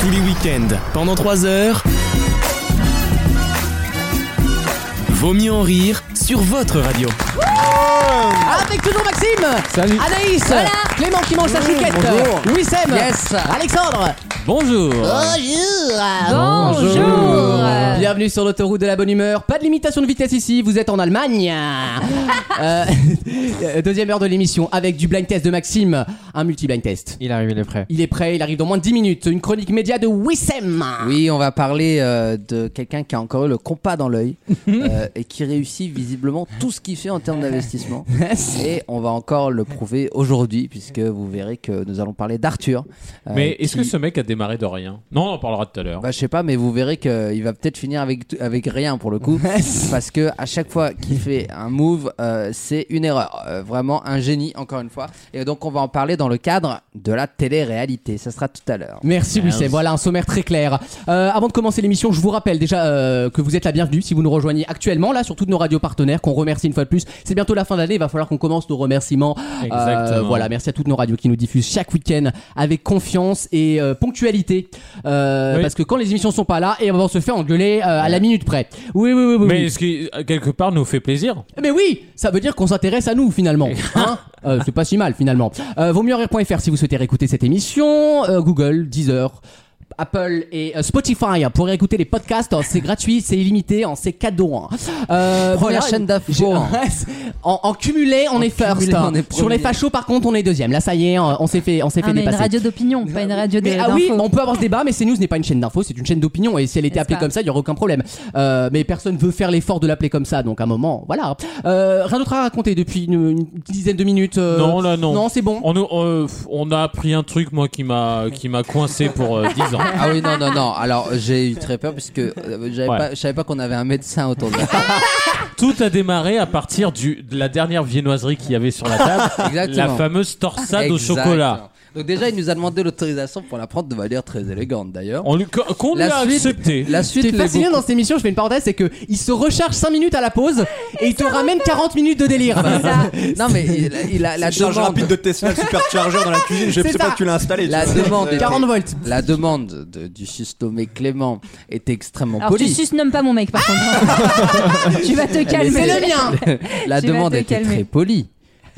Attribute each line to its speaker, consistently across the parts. Speaker 1: Tous les week-ends, pendant 3 heures. Vaut mieux en rire sur votre radio.
Speaker 2: Avec toujours Maxime
Speaker 3: Salut.
Speaker 2: Anaïs Clément qui mange sa chiquette
Speaker 3: bonjour.
Speaker 2: Wissem Alexandre
Speaker 3: Bonjour
Speaker 4: Bonjour.
Speaker 2: Bienvenue sur l'autoroute de la bonne humeur. Pas de limitation de vitesse ici, vous êtes en Allemagne. Euh, euh, deuxième heure de l'émission avec du blind test de Maxime, un multi-blind test.
Speaker 3: Il arrive, il est prêt.
Speaker 2: Il est prêt, il arrive dans moins de 10 minutes. Une chronique média de Wissem.
Speaker 5: Oui, on va parler euh, de quelqu'un qui a encore eu le compas dans l'œil euh, et qui réussit visiblement tout ce qu'il fait en termes d'investissement. Et on va encore le prouver aujourd'hui, puisque vous verrez que nous allons parler d'Arthur. euh,
Speaker 6: Mais est-ce que
Speaker 5: qui-
Speaker 6: ce mec a démarré de rien Non, on en parlera tout à l'heure.
Speaker 5: bah, je sais pas, mais vous verrez qu'il va peut-être finir avec, t- avec rien pour le coup. parce que à chaque fois qu'il fait un move, euh, c'est une erreur. Euh, vraiment un génie, encore une fois. Et donc, on va en parler dans le cadre de la télé-réalité. Ça sera tout à l'heure.
Speaker 2: Merci Wissem,
Speaker 6: Merci.
Speaker 2: voilà un sommaire très clair. Euh, avant de commencer l'émission, je vous rappelle déjà euh, que vous êtes la bienvenue si vous nous rejoignez actuellement là sur toutes nos radios partenaires qu'on remercie une fois de plus. C'est bientôt la fin d'année, il va falloir qu'on commence nos remerciements. Euh,
Speaker 6: Exactement.
Speaker 2: voilà, merci à toutes nos radios qui nous diffusent chaque week-end avec confiance et euh, ponctualité. Euh,
Speaker 6: Oui.
Speaker 2: Parce que quand les émissions sont pas là, et on se fait engueuler euh, à la minute près. Oui, oui, oui, oui.
Speaker 6: Mais
Speaker 2: oui.
Speaker 6: ce qui, euh, quelque part, nous fait plaisir.
Speaker 2: Mais Eh ben oui, ça veut dire qu'on s'intéresse à nous finalement. Hein Euh, c'est pas si mal finalement. Euh, vaut mieux en rire.fr si vous souhaitez réécouter cette émission. Euh, Google, Deezer. Apple et euh, Spotify pour réécouter les podcasts, Euh, c'est gratuit, c'est illimité, euh, c'est cadeau. hein. Euh,
Speaker 5: Prends Oh, la chaîne d'infos,
Speaker 2: j'ai-
Speaker 5: hein.
Speaker 2: en, en cumulé, on
Speaker 5: En
Speaker 2: est first. hein.
Speaker 5: cumulé, on est
Speaker 2: Sur les
Speaker 5: premier.
Speaker 2: fachos, par contre, on est deuxième. Là, ça y est, euh, on s'est fait, on s'est fait
Speaker 4: Ah, mais une
Speaker 2: dépasser.
Speaker 4: radio d'opinion, pas une radio de
Speaker 2: Mais ah oui,
Speaker 4: d'info.
Speaker 2: on peut avoir ce débat, mais CNews n'est pas une chaîne d'info, c'est une chaîne d'opinion. Et si elle était
Speaker 4: N'est-ce
Speaker 2: appelée
Speaker 4: pas
Speaker 2: comme ça, il n'y aurait aucun problème. Euh, mais personne veut faire l'effort de l'appeler comme ça, donc à un moment, voilà. Euh, rien d'autre à raconter depuis une, une dizaine de minutes. euh,
Speaker 6: Non, là, non.
Speaker 2: Non, c'est bon.
Speaker 6: On, nous- on, on a appris un truc, moi, qui m'a qui m'a coincé pour euh, 10 ans.
Speaker 5: Ah oui, non, non, non. Alors, j'ai eu très peur puisque euh, j'avais
Speaker 6: Ouais.
Speaker 5: pas- je savais pas qu'on avait un médecin autour de la table.
Speaker 6: Tout a démarré à partir du, de la dernière viennoiserie qu'il y avait sur la table.
Speaker 5: Exactement.
Speaker 6: la fameuse torsade au
Speaker 5: Exactement.
Speaker 6: chocolat.
Speaker 5: Donc, déjà, il nous a demandé l'autorisation pour la prendre de manière très élégante d'ailleurs.
Speaker 6: On lui- Qu'on lui
Speaker 5: La
Speaker 6: a
Speaker 5: suite-
Speaker 6: accepté.
Speaker 5: La
Speaker 2: Ce qui
Speaker 5: suite,
Speaker 2: est
Speaker 5: les
Speaker 2: fascinant
Speaker 5: beaucoup-
Speaker 2: dans cette émission, je fais une parenthèse, c'est que il se recharge 5 minutes à la pause et il te ramène 40 minutes de délire.
Speaker 6: Bah,
Speaker 5: Non, mais il a, il a- la
Speaker 7: Charge
Speaker 5: demande.
Speaker 7: rapide de Tesla, le superchargeur dans la cuisine. Je
Speaker 2: C'est
Speaker 7: sais
Speaker 2: ça.
Speaker 7: pas que tu l'as installé. tu
Speaker 5: La
Speaker 7: vois.
Speaker 5: demande, était-
Speaker 2: 40 volts.
Speaker 5: la demande de- du susnommé Clément est extrêmement
Speaker 4: Alors tu
Speaker 5: polie.
Speaker 4: susnommes pas mon mec par contre. tu vas te calmer.
Speaker 2: C'est le mien.
Speaker 5: la
Speaker 4: Tu vas
Speaker 5: demande
Speaker 4: te
Speaker 5: était
Speaker 4: calmer.
Speaker 5: très polie.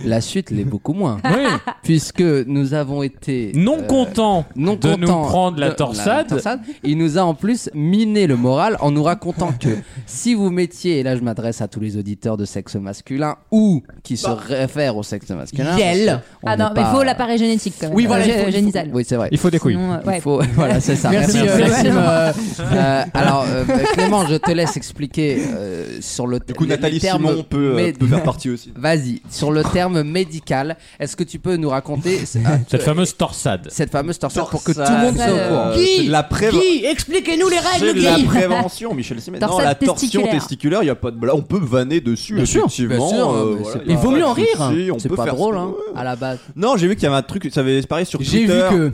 Speaker 5: La suite l'est beaucoup moins.
Speaker 6: Oui.
Speaker 5: Puisque nous avons été
Speaker 6: Non
Speaker 5: euh,
Speaker 6: content
Speaker 5: non
Speaker 6: de nous
Speaker 5: content
Speaker 6: prendre la
Speaker 5: de- la
Speaker 6: torsade,
Speaker 5: torsade, il nous a en plus miné le moral en nous racontant que si vous mettiez, et là je m'adresse à tous les auditeurs de sexe masculin ou qui se réfèrent au sexe masculin.
Speaker 2: Yel.
Speaker 5: on
Speaker 4: Bah. Ah
Speaker 5: n'est
Speaker 4: non, mais
Speaker 5: pas-
Speaker 4: faut l'appareil génétique quand même. Euh,
Speaker 2: Oui, voilà,
Speaker 4: Gé-
Speaker 2: il faut- il faut-
Speaker 4: génisal.
Speaker 5: Oui, c'est vrai.
Speaker 3: Il faut des couilles.
Speaker 4: Sinon, euh, ouais.
Speaker 5: Il faut- voilà, c'est ça.
Speaker 2: Merci, euh, Maxime. euh,
Speaker 5: Euh, alors, euh, Clément, je te laisse expliquer euh, sur le
Speaker 7: Du coup, Nathalie Simon peut, euh,
Speaker 5: mais-
Speaker 7: peut faire partie aussi.
Speaker 5: Vas-y, sur le terme médical, est-ce que tu peux nous raconter ce- ah,
Speaker 6: cette fameuse torsade.
Speaker 5: cette fameuse torsade pour que tout le monde soit au courant
Speaker 7: Euh,
Speaker 2: Guy,
Speaker 7: c'est de la préve-
Speaker 2: Guy, expliquez-nous les
Speaker 7: C'est
Speaker 2: règles,
Speaker 7: de
Speaker 2: Guy.
Speaker 7: la prévention, Michel Simet. Non,
Speaker 4: Torsade
Speaker 7: la torsion
Speaker 4: testiculaire.
Speaker 7: testiculaire, il y a pas de blague. On peut vanner dessus,
Speaker 2: Bien sûr,
Speaker 7: effectivement.
Speaker 5: bien sûr, hein,
Speaker 7: euh,
Speaker 5: mais c'est
Speaker 7: voilà, il y a
Speaker 2: pas- Il vaut
Speaker 7: pas
Speaker 2: mieux
Speaker 7: de
Speaker 2: en rire.
Speaker 7: souci, on
Speaker 5: hein. C'est
Speaker 7: peut
Speaker 5: pas
Speaker 7: faire
Speaker 5: drôle,
Speaker 7: ça.
Speaker 5: hein, à la base.
Speaker 7: Non, j'ai vu qu'il y avait un truc, ça avait pareil sur
Speaker 2: J'ai vu
Speaker 7: Twitter.
Speaker 2: que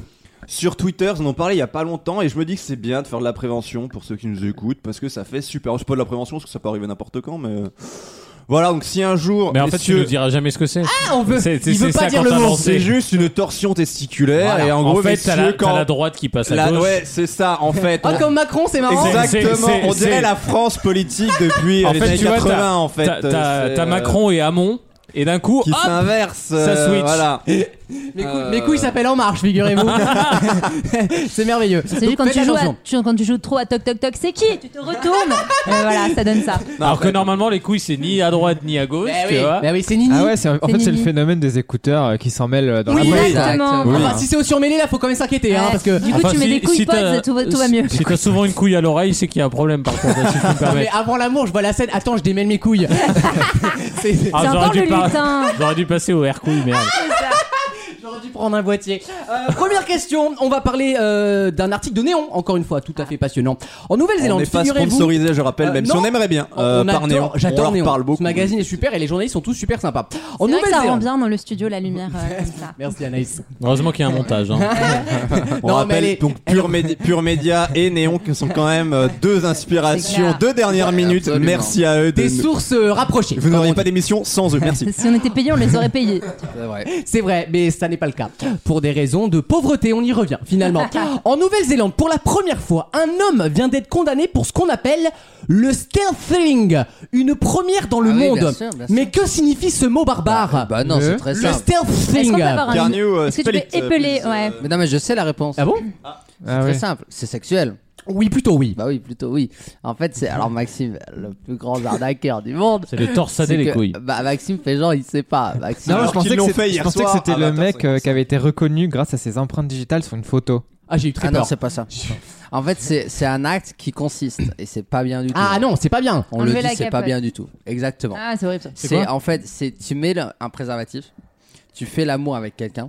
Speaker 7: Sur Twitter, ils en ont parlé il y a pas longtemps et je me dis que c'est bien de faire de la prévention pour ceux qui nous écoutent parce que ça fait super. Je sais pas de la prévention parce que ça peut arriver n'importe quand, mais voilà. Donc si un jour,
Speaker 6: Mais en fait, tu
Speaker 7: messieurs,
Speaker 6: nous diras jamais ce que c'est.
Speaker 7: Eh,
Speaker 2: ah, on veut,
Speaker 6: C'est- c'est-
Speaker 2: il veut
Speaker 6: c'est
Speaker 2: pas
Speaker 6: ça
Speaker 2: dire
Speaker 6: quand
Speaker 2: le
Speaker 6: t'as
Speaker 2: mot.
Speaker 6: lancé.
Speaker 7: c'est juste une torsion testiculaire
Speaker 6: Voilà.
Speaker 7: et en gros,
Speaker 6: fait, t'as la,
Speaker 7: messieurs,
Speaker 6: t'as
Speaker 7: quand
Speaker 6: la droite qui passe à
Speaker 7: La-
Speaker 6: gauche.
Speaker 7: ouais, c'est ça. En fait,
Speaker 2: Oh,
Speaker 7: on-
Speaker 2: comme Macron, c'est marrant.
Speaker 6: C'est-
Speaker 7: Exactement,
Speaker 6: c'est-
Speaker 7: on
Speaker 6: c'est-
Speaker 7: dirait la France politique depuis euh,
Speaker 6: En
Speaker 7: les
Speaker 6: fait,
Speaker 7: années
Speaker 6: tu vois,
Speaker 7: 80
Speaker 6: t'as-
Speaker 7: en fait.
Speaker 6: T'as- T'as
Speaker 7: C'est,
Speaker 6: t'as
Speaker 7: euh,
Speaker 6: Macron et Hamon, et d'un coup,
Speaker 7: qui
Speaker 6: hop,
Speaker 7: s'inverse. euh,
Speaker 6: switch.
Speaker 7: Voilà.
Speaker 2: Mes, couilles-
Speaker 7: Euh,
Speaker 2: mes couilles s'appellent En Marche, figurez-vous. c'est merveilleux.
Speaker 4: C'est juste
Speaker 2: Donc,
Speaker 4: quand
Speaker 2: faites
Speaker 4: tu, joues à-
Speaker 2: attention.
Speaker 4: tu- quand tu joues trop à toc toc toc, c'est qui Tu te retournes. Euh, voilà, ça donne ça.
Speaker 7: Non,
Speaker 6: Alors que
Speaker 7: après-
Speaker 6: normalement, les couilles, c'est ni à droite ni à gauche,
Speaker 2: Eh
Speaker 6: tu
Speaker 2: oui,
Speaker 6: vois.
Speaker 2: bah oui, c'est Nini.
Speaker 3: Ah ouais, c'est- en
Speaker 4: C'est
Speaker 3: fait, c'est le
Speaker 4: Mimi.
Speaker 3: phénomène des écouteurs euh, qui s'en mêlent euh, dans
Speaker 4: Oui,
Speaker 3: la
Speaker 4: exactement.
Speaker 2: Enfin,
Speaker 3: Oui.
Speaker 2: si c'est aussi emmêlé, là, faut quand même s'inquiéter, hein,
Speaker 4: Ouais.
Speaker 2: parce que.
Speaker 4: Du coup,
Speaker 6: Enfin,
Speaker 4: tu mets
Speaker 6: si-
Speaker 4: des couilles
Speaker 6: si t'as-
Speaker 4: potes, tout, va- tout va mieux.
Speaker 6: Si t'as souvent une couille à l'oreille, c'est qu'il y a un problème par contre, si je peux me
Speaker 2: Non, mais
Speaker 6: permettre.
Speaker 2: avant l'amour, je vois la scène. Attends, je démêle mes couilles. C'est-
Speaker 6: Ah,
Speaker 4: C'est
Speaker 6: j'aurais
Speaker 4: encore
Speaker 6: dû
Speaker 4: le
Speaker 6: par-
Speaker 4: lutin.
Speaker 6: J'aurais dû passer au air couille, merde.
Speaker 2: J'aurais dû prendre un boîtier. Euh, première question. On va parler euh, d'un article de Néon, encore une fois, tout à fait passionnant. En
Speaker 7: On
Speaker 2: Nouvelle-Zélande,
Speaker 7: n'est pas
Speaker 2: figurez-vous.
Speaker 7: sponsorisé, je rappelle,
Speaker 2: Euh,
Speaker 7: même si
Speaker 2: non.
Speaker 7: on aimerait bien.
Speaker 2: on
Speaker 7: euh,
Speaker 2: adore-
Speaker 7: par Néon.
Speaker 2: J'adore
Speaker 7: on
Speaker 2: Néon.
Speaker 7: leur parle beaucoup.
Speaker 2: Ce magazine est super et les journalistes sont tous super sympas. En
Speaker 4: C'est vrai que ça rend
Speaker 2: Nouvelle-Zélande.
Speaker 4: bien dans le studio la lumière euh, comme ça.
Speaker 2: Merci Anaïs.
Speaker 6: Heureusement qu'il y a un montage. hein.
Speaker 7: On
Speaker 2: Non, mais
Speaker 7: rappelle
Speaker 2: elle est-
Speaker 7: donc Pure, Médi- Pure Média et Néon qui sont quand même euh, deux inspirations,
Speaker 4: clair.
Speaker 7: deux dernières minutes.
Speaker 5: absolument.
Speaker 7: Merci à eux. de
Speaker 2: Des
Speaker 7: nous-
Speaker 2: sources euh, rapprochées.
Speaker 7: Vous n'auriez pas d'émission sans eux. Merci.
Speaker 4: Si on était payé, on les aurait payés.
Speaker 5: C'est vrai.
Speaker 2: C'est vrai, mais ça n'est pas le cas. Voilà, pour des raisons de pauvreté, on y revient finalement. en Nouvelle-Zélande, pour la première fois, un homme vient d'être condamné pour ce qu'on appelle le stealthing, une première dans le
Speaker 5: Ah oui,
Speaker 2: monde.
Speaker 5: bien sûr, bien sûr.
Speaker 2: Mais que signifie ce mot barbare
Speaker 5: Bah non, c'est
Speaker 3: Le-
Speaker 5: très
Speaker 2: Le
Speaker 5: simple.
Speaker 4: Est-ce qu'on
Speaker 2: stealthing.
Speaker 4: peut avoir un.
Speaker 7: Can you, euh,
Speaker 4: Est-ce que tu peux
Speaker 7: spell it, euh,
Speaker 4: épeler
Speaker 7: please,
Speaker 4: Ouais.
Speaker 7: euh,
Speaker 5: Mais non, mais je sais la réponse.
Speaker 2: Ah bon
Speaker 3: Ah
Speaker 5: Très
Speaker 3: ouais.
Speaker 5: simple, c'est sexuel.
Speaker 2: Oui, plutôt oui.
Speaker 5: Bah oui, plutôt oui. En fait, c'est alors Maxime, le plus grand arnaqueur du monde.
Speaker 6: C'est les torsader
Speaker 5: c'est
Speaker 6: les
Speaker 5: que-
Speaker 6: couilles.
Speaker 5: Bah Maxime fait genre, il sait pas. Maxime,
Speaker 3: Non,
Speaker 7: Alors
Speaker 3: je pensais
Speaker 7: qu'ils
Speaker 3: que
Speaker 7: l'ont
Speaker 3: c'était-
Speaker 7: fait
Speaker 3: je
Speaker 7: hier
Speaker 3: pensais que
Speaker 7: soir
Speaker 3: c'était
Speaker 7: à
Speaker 3: le
Speaker 7: 20h55.
Speaker 3: mec euh, qui avait été reconnu grâce à ses empreintes digitales sur une photo.
Speaker 2: Ah, j'ai eu très
Speaker 5: ah non,
Speaker 2: peur.
Speaker 5: c'est pas ça. En fait, c'est c'est un acte qui consiste et c'est pas bien du tout.
Speaker 2: Ah non, c'est pas bien.
Speaker 5: on le
Speaker 4: Enlever
Speaker 5: dit,
Speaker 4: la
Speaker 5: c'est
Speaker 4: capote.
Speaker 5: pas bien du tout. Exactement.
Speaker 4: Ah, c'est horrible ça.
Speaker 5: C'est en fait, c'est tu mets le- un préservatif, tu fais l'amour avec quelqu'un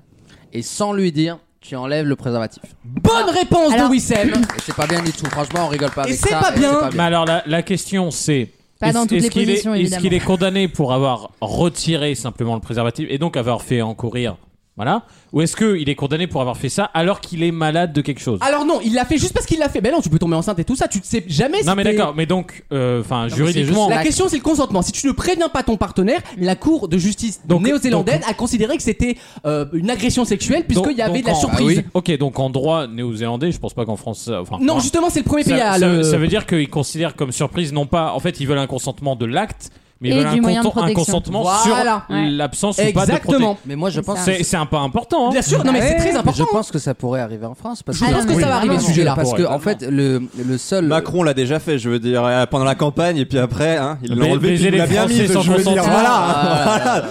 Speaker 5: et sans lui dire, tu enlèves le préservatif. Ah.
Speaker 2: Bonne réponse
Speaker 4: Alors-
Speaker 2: de Wissem.
Speaker 5: Et c'est pas bien du tout. Franchement, on rigole pas
Speaker 2: Et
Speaker 5: avec
Speaker 2: c'est
Speaker 5: ça.
Speaker 2: pas
Speaker 5: et
Speaker 2: bien.
Speaker 6: Mais alors la, la question c'est
Speaker 4: Pas dans
Speaker 6: est-ce-
Speaker 4: toutes
Speaker 6: est-ce
Speaker 4: les
Speaker 6: qu'il est-
Speaker 4: positions,
Speaker 6: est-ce qu'il est
Speaker 4: évidemment.
Speaker 6: condamné pour avoir retiré simplement le préservatif et donc avoir fait encourir voilà ou est-ce qu'il est condamné pour avoir fait ça alors qu'il est malade de quelque
Speaker 4: Ah,
Speaker 6: chose
Speaker 2: Alors non, il l'a fait juste parce qu'il l'a fait. Ben non, tu peux tomber enceinte et tout ça, tu ne sais jamais
Speaker 6: Non
Speaker 2: si
Speaker 6: mais
Speaker 2: t'es-
Speaker 6: d'accord mais donc euh, enfin
Speaker 5: c'est
Speaker 6: juridiquement
Speaker 5: juste
Speaker 2: La question c'est le consentement. Si tu ne préviens pas ton partenaire, la cour de justice
Speaker 6: Donc-
Speaker 2: néo-zélandaise a considéré que c'était euh, une agression sexuelle puisqu'il y
Speaker 6: donc-
Speaker 2: avait
Speaker 6: donc
Speaker 2: de la
Speaker 6: en-
Speaker 2: surprise.
Speaker 6: ah oui. Ok donc en droit néo-zélandais je pense pas qu'en France ça- enfin
Speaker 2: Non,
Speaker 6: en-
Speaker 2: justement, c'est le premier
Speaker 6: ça,
Speaker 2: pays à
Speaker 6: ça-
Speaker 2: le-
Speaker 6: ça veut dire qu'ils considèrent comme surprise non pas en fait ils veulent un consentement de l'acte mais ils
Speaker 4: Et
Speaker 6: veulent
Speaker 4: du
Speaker 6: un,
Speaker 4: moyen de
Speaker 6: conten- un
Speaker 4: protection.
Speaker 6: consentement
Speaker 2: Voilà.
Speaker 6: sur
Speaker 4: Ouais.
Speaker 6: l'absence ou pas de protection.
Speaker 2: Exactement.
Speaker 5: Mais moi, je pense.
Speaker 6: C'est c'est un pas important. hein.
Speaker 2: Bien sûr, non mais c'est très
Speaker 5: Mais
Speaker 2: important.
Speaker 5: Je pense que ça pourrait arriver en France parce
Speaker 2: Je
Speaker 5: que
Speaker 2: pense que
Speaker 4: Oui,
Speaker 2: ça va arriver
Speaker 4: vraiment.
Speaker 2: ce sujet-là.
Speaker 5: parce que
Speaker 6: Ouais,
Speaker 5: en fait, le le seul euh,
Speaker 7: Macron l'a déjà fait, je veux dire, euh, pendant la campagne, et puis après, hein, il l'a
Speaker 6: Ba-
Speaker 7: enlevé, puis
Speaker 6: baiser
Speaker 7: il
Speaker 6: les
Speaker 7: l'a bien
Speaker 6: Français
Speaker 7: mis, je
Speaker 6: sans
Speaker 7: veux dire,
Speaker 6: consentement.
Speaker 7: voilà.
Speaker 5: Ah, voilà.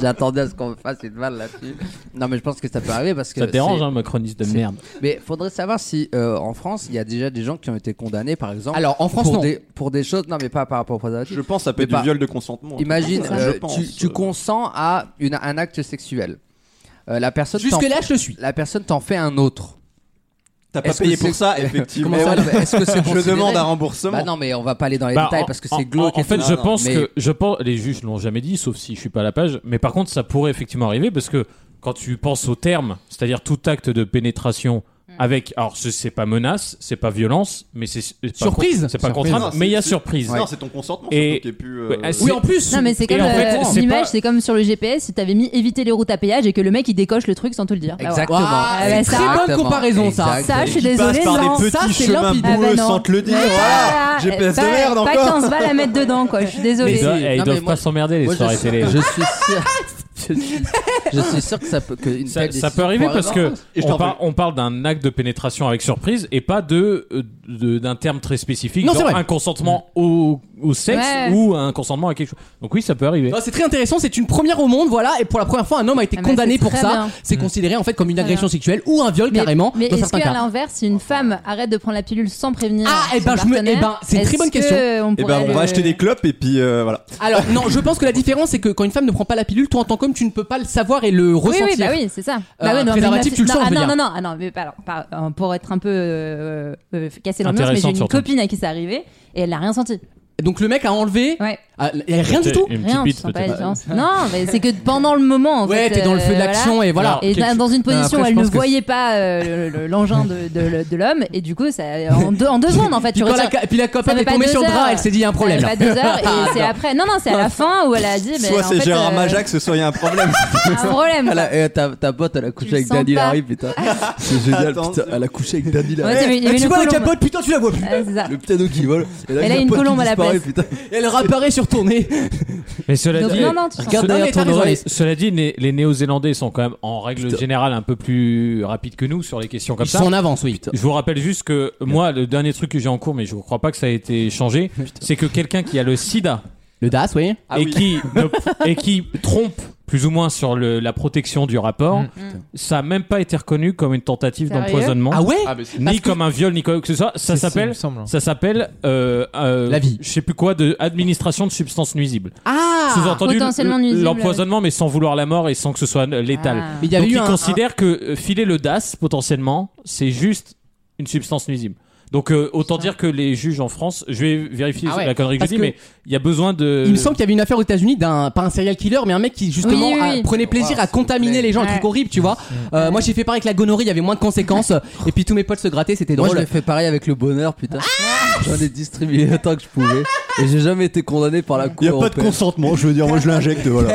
Speaker 5: J'attendais à ce qu'on me fasse une balle là-dessus. Non, mais je pense que ça peut arriver parce que.
Speaker 6: Ça te dérange,
Speaker 5: c'est-
Speaker 6: hein, macroniste de
Speaker 5: c'est-
Speaker 6: merde.
Speaker 5: Mais faudrait savoir si euh, en France, il y a déjà des gens qui ont été condamnés, par exemple,
Speaker 2: Alors en France
Speaker 5: pour,
Speaker 2: non.
Speaker 5: des, pour des choses. Non, mais pas par rapport au préservatif.
Speaker 7: Je pense que ça peut
Speaker 5: Mais
Speaker 7: être
Speaker 5: pas-
Speaker 7: du viol de consentement.
Speaker 5: Imagine,
Speaker 7: Ah, c'est ça.
Speaker 5: euh,
Speaker 7: Je pense,
Speaker 5: tu, tu
Speaker 7: euh.
Speaker 5: consens à une- un acte sexuel. Euh, la personne t'en-
Speaker 2: Jusque là, je le suis.
Speaker 5: la personne t'en fait un autre.
Speaker 7: T'as pas
Speaker 5: Est-ce que
Speaker 7: payé pour
Speaker 5: c'est-
Speaker 7: ça, effectivement.
Speaker 5: Comment ça Eh
Speaker 7: Voilà.
Speaker 5: Est-ce que c'est
Speaker 7: Je
Speaker 5: considéré
Speaker 7: demande un remboursement.
Speaker 5: Bah non, mais on va pas aller dans les
Speaker 6: Bah,
Speaker 5: détails
Speaker 6: en-
Speaker 5: parce que
Speaker 6: en-
Speaker 5: c'est glauque.
Speaker 6: En,
Speaker 5: et
Speaker 6: fait,
Speaker 5: tout.
Speaker 6: je
Speaker 5: Non, non,
Speaker 6: pense
Speaker 5: mais-
Speaker 6: que je pense les juges l'ont jamais dit, sauf si je suis pas à la page. Mais par contre, ça pourrait effectivement arriver parce que quand tu penses au terme, c'est-à-dire tout acte de pénétration avec, alors ce- c'est pas menace, c'est pas violence, mais c'est c'est pas
Speaker 2: Surprise.
Speaker 6: con- c'est pas
Speaker 2: Surprise.
Speaker 6: contrainte,
Speaker 7: Non,
Speaker 6: mais il y a
Speaker 7: c'est-
Speaker 6: surprise.
Speaker 7: Non, c'est ton consentement
Speaker 6: Et-
Speaker 7: surtout qui est plus. euh,
Speaker 6: Ouais, ah, c'est-
Speaker 2: Oui, en plus.
Speaker 4: Non mais c'est
Speaker 6: Et
Speaker 4: comme
Speaker 6: en fait,
Speaker 4: euh,
Speaker 6: c'est
Speaker 4: l'image,
Speaker 6: pas-
Speaker 4: c'est comme sur le GPS si t'avais mis éviter les routes à péage et que le mec il décoche le truc sans te le dire. Bah voilà.
Speaker 5: Exactement.
Speaker 2: Ah,
Speaker 4: c'est une très bonne
Speaker 5: Exactement.
Speaker 2: comparaison, ça.
Speaker 5: Exactement.
Speaker 4: Ça, je suis
Speaker 7: qui passe
Speaker 4: désolée,
Speaker 7: par
Speaker 4: non.
Speaker 7: des petits
Speaker 2: ça, c'est
Speaker 7: chemins
Speaker 2: limpide.
Speaker 4: Ah,
Speaker 7: boueux
Speaker 4: bah non.
Speaker 7: sans te le dire.
Speaker 4: Ouais,
Speaker 7: Voilà,
Speaker 4: voilà.
Speaker 7: GPS de
Speaker 4: Pas-
Speaker 7: merde
Speaker 4: Pas
Speaker 7: encore.
Speaker 4: 15 balles à mettre dedans quoi, je suis désolée.
Speaker 6: Ils,
Speaker 5: Mais-
Speaker 6: doivent-
Speaker 5: si.
Speaker 6: eh, ils
Speaker 5: Non, mais
Speaker 6: doivent
Speaker 5: moi-
Speaker 6: pas s'emmerder les
Speaker 5: Moi,
Speaker 6: soirées
Speaker 5: je,
Speaker 6: télé.
Speaker 5: je suis sûr. Je suis, je suis sûr que ça peut. Que une
Speaker 6: Ça,
Speaker 5: telle
Speaker 6: ça
Speaker 5: décision
Speaker 6: peut arriver
Speaker 5: pourrait
Speaker 6: parce
Speaker 5: avoir-
Speaker 6: que
Speaker 7: Et je
Speaker 6: on,
Speaker 7: t'en
Speaker 6: par- on parle d'un acte de pénétration avec surprise et pas de euh, de- d'un terme très spécifique,
Speaker 2: Non,
Speaker 6: genre
Speaker 2: c'est vrai.
Speaker 6: un consentement au, au sexe
Speaker 4: Ouais.
Speaker 6: ou un consentement à quelque chose. Donc oui, ça peut arriver.
Speaker 2: Non, c'est très intéressant, c'est une première au monde, voilà, et pour la première fois, un homme a été
Speaker 4: Ah, mais
Speaker 2: condamné
Speaker 4: c'est
Speaker 2: pour
Speaker 4: très
Speaker 2: ça.
Speaker 4: bien.
Speaker 2: C'est considéré en fait comme une
Speaker 4: Très
Speaker 2: agression
Speaker 4: bien.
Speaker 2: sexuelle ou un viol
Speaker 4: Mais-
Speaker 2: carrément
Speaker 4: Mais
Speaker 2: dans
Speaker 4: est-ce
Speaker 2: certains
Speaker 4: qu'à
Speaker 2: cas.
Speaker 4: l'inverse, si une femme arrête de prendre la pilule sans prévenir
Speaker 2: Ah, eh ben,
Speaker 4: son
Speaker 2: je me- eh
Speaker 4: partenaire,
Speaker 2: ben, c'est une très
Speaker 4: est-ce
Speaker 2: bonne question. Eh
Speaker 4: que on
Speaker 7: Et
Speaker 4: pourrait
Speaker 7: ben, on
Speaker 4: le-
Speaker 7: va acheter des clopes et puis euh, voilà.
Speaker 2: Alors non, je pense que la différence c'est que quand une femme ne prend pas la pilule, toi en tant qu'homme, tu ne peux pas le savoir et le
Speaker 4: Oui,
Speaker 2: ressentir.
Speaker 4: oui, bah oui, c'est ça. Bah
Speaker 2: un
Speaker 4: ouais, non, mais
Speaker 2: préservatif,
Speaker 4: ma-
Speaker 2: tu le
Speaker 4: non,
Speaker 2: sens,
Speaker 4: ah
Speaker 2: je veux
Speaker 4: non,
Speaker 2: dire.
Speaker 4: non, non, ah non, mais pas- alors, pas- euh, pour être un peu euh, euh, casser l'ambiance, mais j'ai
Speaker 6: Intéressante,
Speaker 4: une
Speaker 6: surtout.
Speaker 4: copine à qui c'est arrivé et elle n'a rien senti.
Speaker 2: Donc le mec a enlevé
Speaker 4: Ouais.
Speaker 2: Ah, il y a rien du tout.
Speaker 6: Une petite
Speaker 4: Rien, tu
Speaker 6: bite,
Speaker 4: sens pas la
Speaker 6: peut-être.
Speaker 4: différence. Non, mais c'est que pendant le moment, en
Speaker 2: Ouais,
Speaker 4: fait,
Speaker 2: t'es dans le feu de
Speaker 4: euh,
Speaker 2: l'action
Speaker 4: voilà.
Speaker 2: et voilà.
Speaker 6: Alors,
Speaker 4: Et
Speaker 6: quelque-
Speaker 4: dans- dans une position
Speaker 3: après,
Speaker 4: où
Speaker 3: je
Speaker 4: elle ne
Speaker 3: pense que
Speaker 4: voyait pas euh, le- le- l'engin de, de- de l'homme, et du coup, ça, en, deux, en deux secondes, en fait, tu
Speaker 2: Puis, quand la,
Speaker 4: retires.
Speaker 2: ca- puis la copine
Speaker 4: Ça fait
Speaker 2: est
Speaker 4: pas
Speaker 2: tombée
Speaker 4: deux
Speaker 2: sur le
Speaker 4: heures. Euh,
Speaker 2: drap, elle s'est dit il y a un problème.
Speaker 4: Ça fait
Speaker 2: là.
Speaker 4: pas deux heures, et c'est après. Non, non, c'est à la fin où elle a dit. mais
Speaker 7: Soit
Speaker 4: en
Speaker 7: c'est
Speaker 4: fait,
Speaker 7: Gérard
Speaker 4: euh,
Speaker 7: Majac, ce soit il y a un problème.
Speaker 4: Un problème.
Speaker 5: Elle
Speaker 4: quoi.
Speaker 5: a- eh, ta, ta pote, elle a couché
Speaker 4: le
Speaker 5: avec
Speaker 4: sens
Speaker 5: Dani
Speaker 4: pas.
Speaker 5: Larry, putain. C'est génial,
Speaker 7: Attends,
Speaker 5: putain.
Speaker 7: c'est-
Speaker 5: Elle a couché avec Dani
Speaker 4: Ouais,
Speaker 2: Eh,
Speaker 5: Larry.
Speaker 4: il y avait-
Speaker 2: Ah,
Speaker 4: il y avait
Speaker 5: tu
Speaker 4: une
Speaker 5: vois la
Speaker 4: colombe.
Speaker 5: capote, putain, tu la vois plus.
Speaker 4: Ouais, c'est ça.
Speaker 5: Le piano qui vole. Et là,
Speaker 4: Elle
Speaker 5: il y la
Speaker 4: a une
Speaker 5: pote qui
Speaker 4: colombe à la
Speaker 5: disparaît,
Speaker 4: place.
Speaker 5: putain.
Speaker 2: Elle réapparaît sur ton nez.
Speaker 6: Mais cela
Speaker 4: Donc,
Speaker 6: dit,
Speaker 4: non, non, tu sens
Speaker 5: Regarde
Speaker 2: Non, mais
Speaker 5: derrière
Speaker 2: t'as
Speaker 5: ton
Speaker 2: raison,
Speaker 5: oreille.
Speaker 2: allez.
Speaker 6: Cela dit, les, les Néo-Zélandais sont quand même en règle
Speaker 5: Putain.
Speaker 6: générale un peu plus rapides que nous sur les questions comme
Speaker 2: Ils
Speaker 6: ça.
Speaker 2: sont en avance, oui.
Speaker 6: Je vous rappelle juste que moi, le dernier truc que j'ai en cours, mais je ne crois pas que ça a été changé, c'est que quelqu'un qui a le sida
Speaker 2: Le DAS, oui.
Speaker 7: Ah
Speaker 6: et,
Speaker 7: oui.
Speaker 6: qui ne- et qui trompe plus ou moins sur le- la protection du rapport,
Speaker 3: Mm.
Speaker 6: ça n'a même pas été reconnu comme une tentative
Speaker 4: Sérieux
Speaker 6: d'empoisonnement,
Speaker 2: Ah ouais parce
Speaker 6: ni
Speaker 2: que-
Speaker 6: comme un viol, ni comme que ce soit. Ça
Speaker 3: C'est- il
Speaker 6: s'appelle.
Speaker 3: me semble. hein.
Speaker 6: Ça s'appelle euh, euh,
Speaker 2: La vie.
Speaker 6: Je sais plus quoi de administration de substances nuisibles.
Speaker 2: Ah
Speaker 6: Sous-entendu
Speaker 4: Potentiellement nuisible,
Speaker 6: l'empoisonnement, mais sans vouloir la mort et sans que ce soit euh, létal.
Speaker 4: Ah.
Speaker 2: Mais il y avait
Speaker 6: Donc
Speaker 2: eu
Speaker 6: ils
Speaker 2: un-
Speaker 6: considèrent que euh, filer le DAS potentiellement, c'est juste une substance nuisible. Donc euh, autant dire que les juges en France, je vais vérifier
Speaker 2: Ah ouais,
Speaker 6: la connerie que
Speaker 2: parce
Speaker 6: je dis,
Speaker 2: que-
Speaker 6: mais il y a besoin de.
Speaker 2: Il me semble qu'il y avait une affaire aux États-Unis d'un pas un serial killer mais un mec qui justement
Speaker 4: Oui, oui,
Speaker 2: a-
Speaker 4: oui.
Speaker 2: prenait plaisir
Speaker 5: Wow, Mm.
Speaker 2: à
Speaker 5: s'il vous
Speaker 2: contaminer
Speaker 5: plaît.
Speaker 2: les gens, un
Speaker 4: Ouais.
Speaker 2: truc horrible, tu vois. Euh, Moi j'ai fait pareil avec la gonorrhée, il y avait moins de conséquences et puis tous mes potes se grattaient, c'était
Speaker 5: Moi, je
Speaker 2: drôle.
Speaker 5: l'ai fait pareil avec le bonheur, putain. J'en ai distribué autant que je pouvais. Et j'ai jamais été condamné par la Cour
Speaker 7: Il n'y a pas de
Speaker 5: européenne.
Speaker 7: consentement, je veux dire, moi je l'injecte, voilà.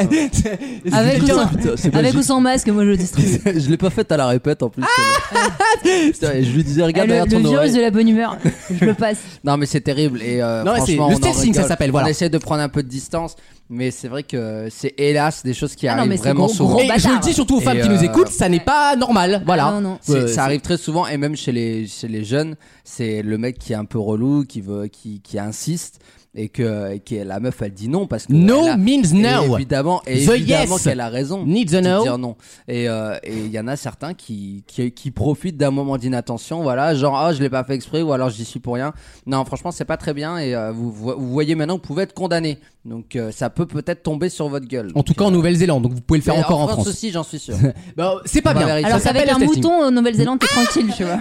Speaker 4: Avec ou sans-
Speaker 5: Putain, c'est
Speaker 4: Avec
Speaker 5: magique.
Speaker 4: ou sans masque, moi je le distribue.
Speaker 5: je l'ai pas faite à la répète en plus. celle-là. Putain, et je lui disais
Speaker 4: Ah,
Speaker 5: regarde
Speaker 4: le
Speaker 5: derrière
Speaker 4: le
Speaker 5: ton
Speaker 4: virus
Speaker 5: oreille.
Speaker 4: de la bonne humeur, je le passe.
Speaker 5: Non mais c'est terrible et euh,
Speaker 2: Non, mais c'est-
Speaker 5: franchement
Speaker 2: le
Speaker 5: on en
Speaker 2: staging, ça
Speaker 5: rigole.
Speaker 2: s'appelle, voilà.
Speaker 5: On essaie de prendre un peu de distance, mais c'est vrai que c'est hélas des choses qui
Speaker 4: Ah non,
Speaker 5: arrivent
Speaker 4: mais c'est
Speaker 5: vraiment
Speaker 4: gros,
Speaker 5: souvent.
Speaker 4: gros
Speaker 2: Et je le
Speaker 4: bâtard.
Speaker 2: dis surtout aux
Speaker 5: Et
Speaker 2: femmes qui
Speaker 5: euh,
Speaker 2: nous écoutent, ça n'est pas normal. Voilà.
Speaker 4: Ah non, non.
Speaker 5: C'est-
Speaker 2: Euh,
Speaker 5: ça arrive très souvent et même chez les chez les jeunes, c'est le mec qui est un peu relou, qui veut, qui, qui insiste et que et que la meuf elle dit non parce que elle
Speaker 2: No
Speaker 5: a-
Speaker 2: means
Speaker 5: et
Speaker 2: no.
Speaker 5: évidemment et
Speaker 2: The
Speaker 5: évidemment
Speaker 2: yes.
Speaker 5: qu'elle a raison.
Speaker 2: Need the
Speaker 5: de
Speaker 2: no.
Speaker 5: dire non. Et euh, et il y en a certains qui, qui, qui profitent d'un moment d'inattention, voilà, genre ah je l'ai pas fait exprès ou alors j'y suis pour rien. Non, franchement c'est pas très bien et euh, vous, vo- vous voyez maintenant vous pouvez être condamné. Donc euh, ça peut peut-être tomber sur votre gueule.
Speaker 2: En tout cas en Nouvelle-Zélande, donc vous pouvez le faire
Speaker 5: Mais
Speaker 2: encore en France.
Speaker 5: aussi j'en suis sûr.
Speaker 2: Bah, c'est pas
Speaker 5: On va
Speaker 2: bien.
Speaker 5: vérifier.
Speaker 2: Ça
Speaker 4: Alors qu'avec
Speaker 2: s'appelle
Speaker 4: un
Speaker 2: le testing.
Speaker 4: mouton en Nouvelle-Zélande, t'es tranquille, tu vois.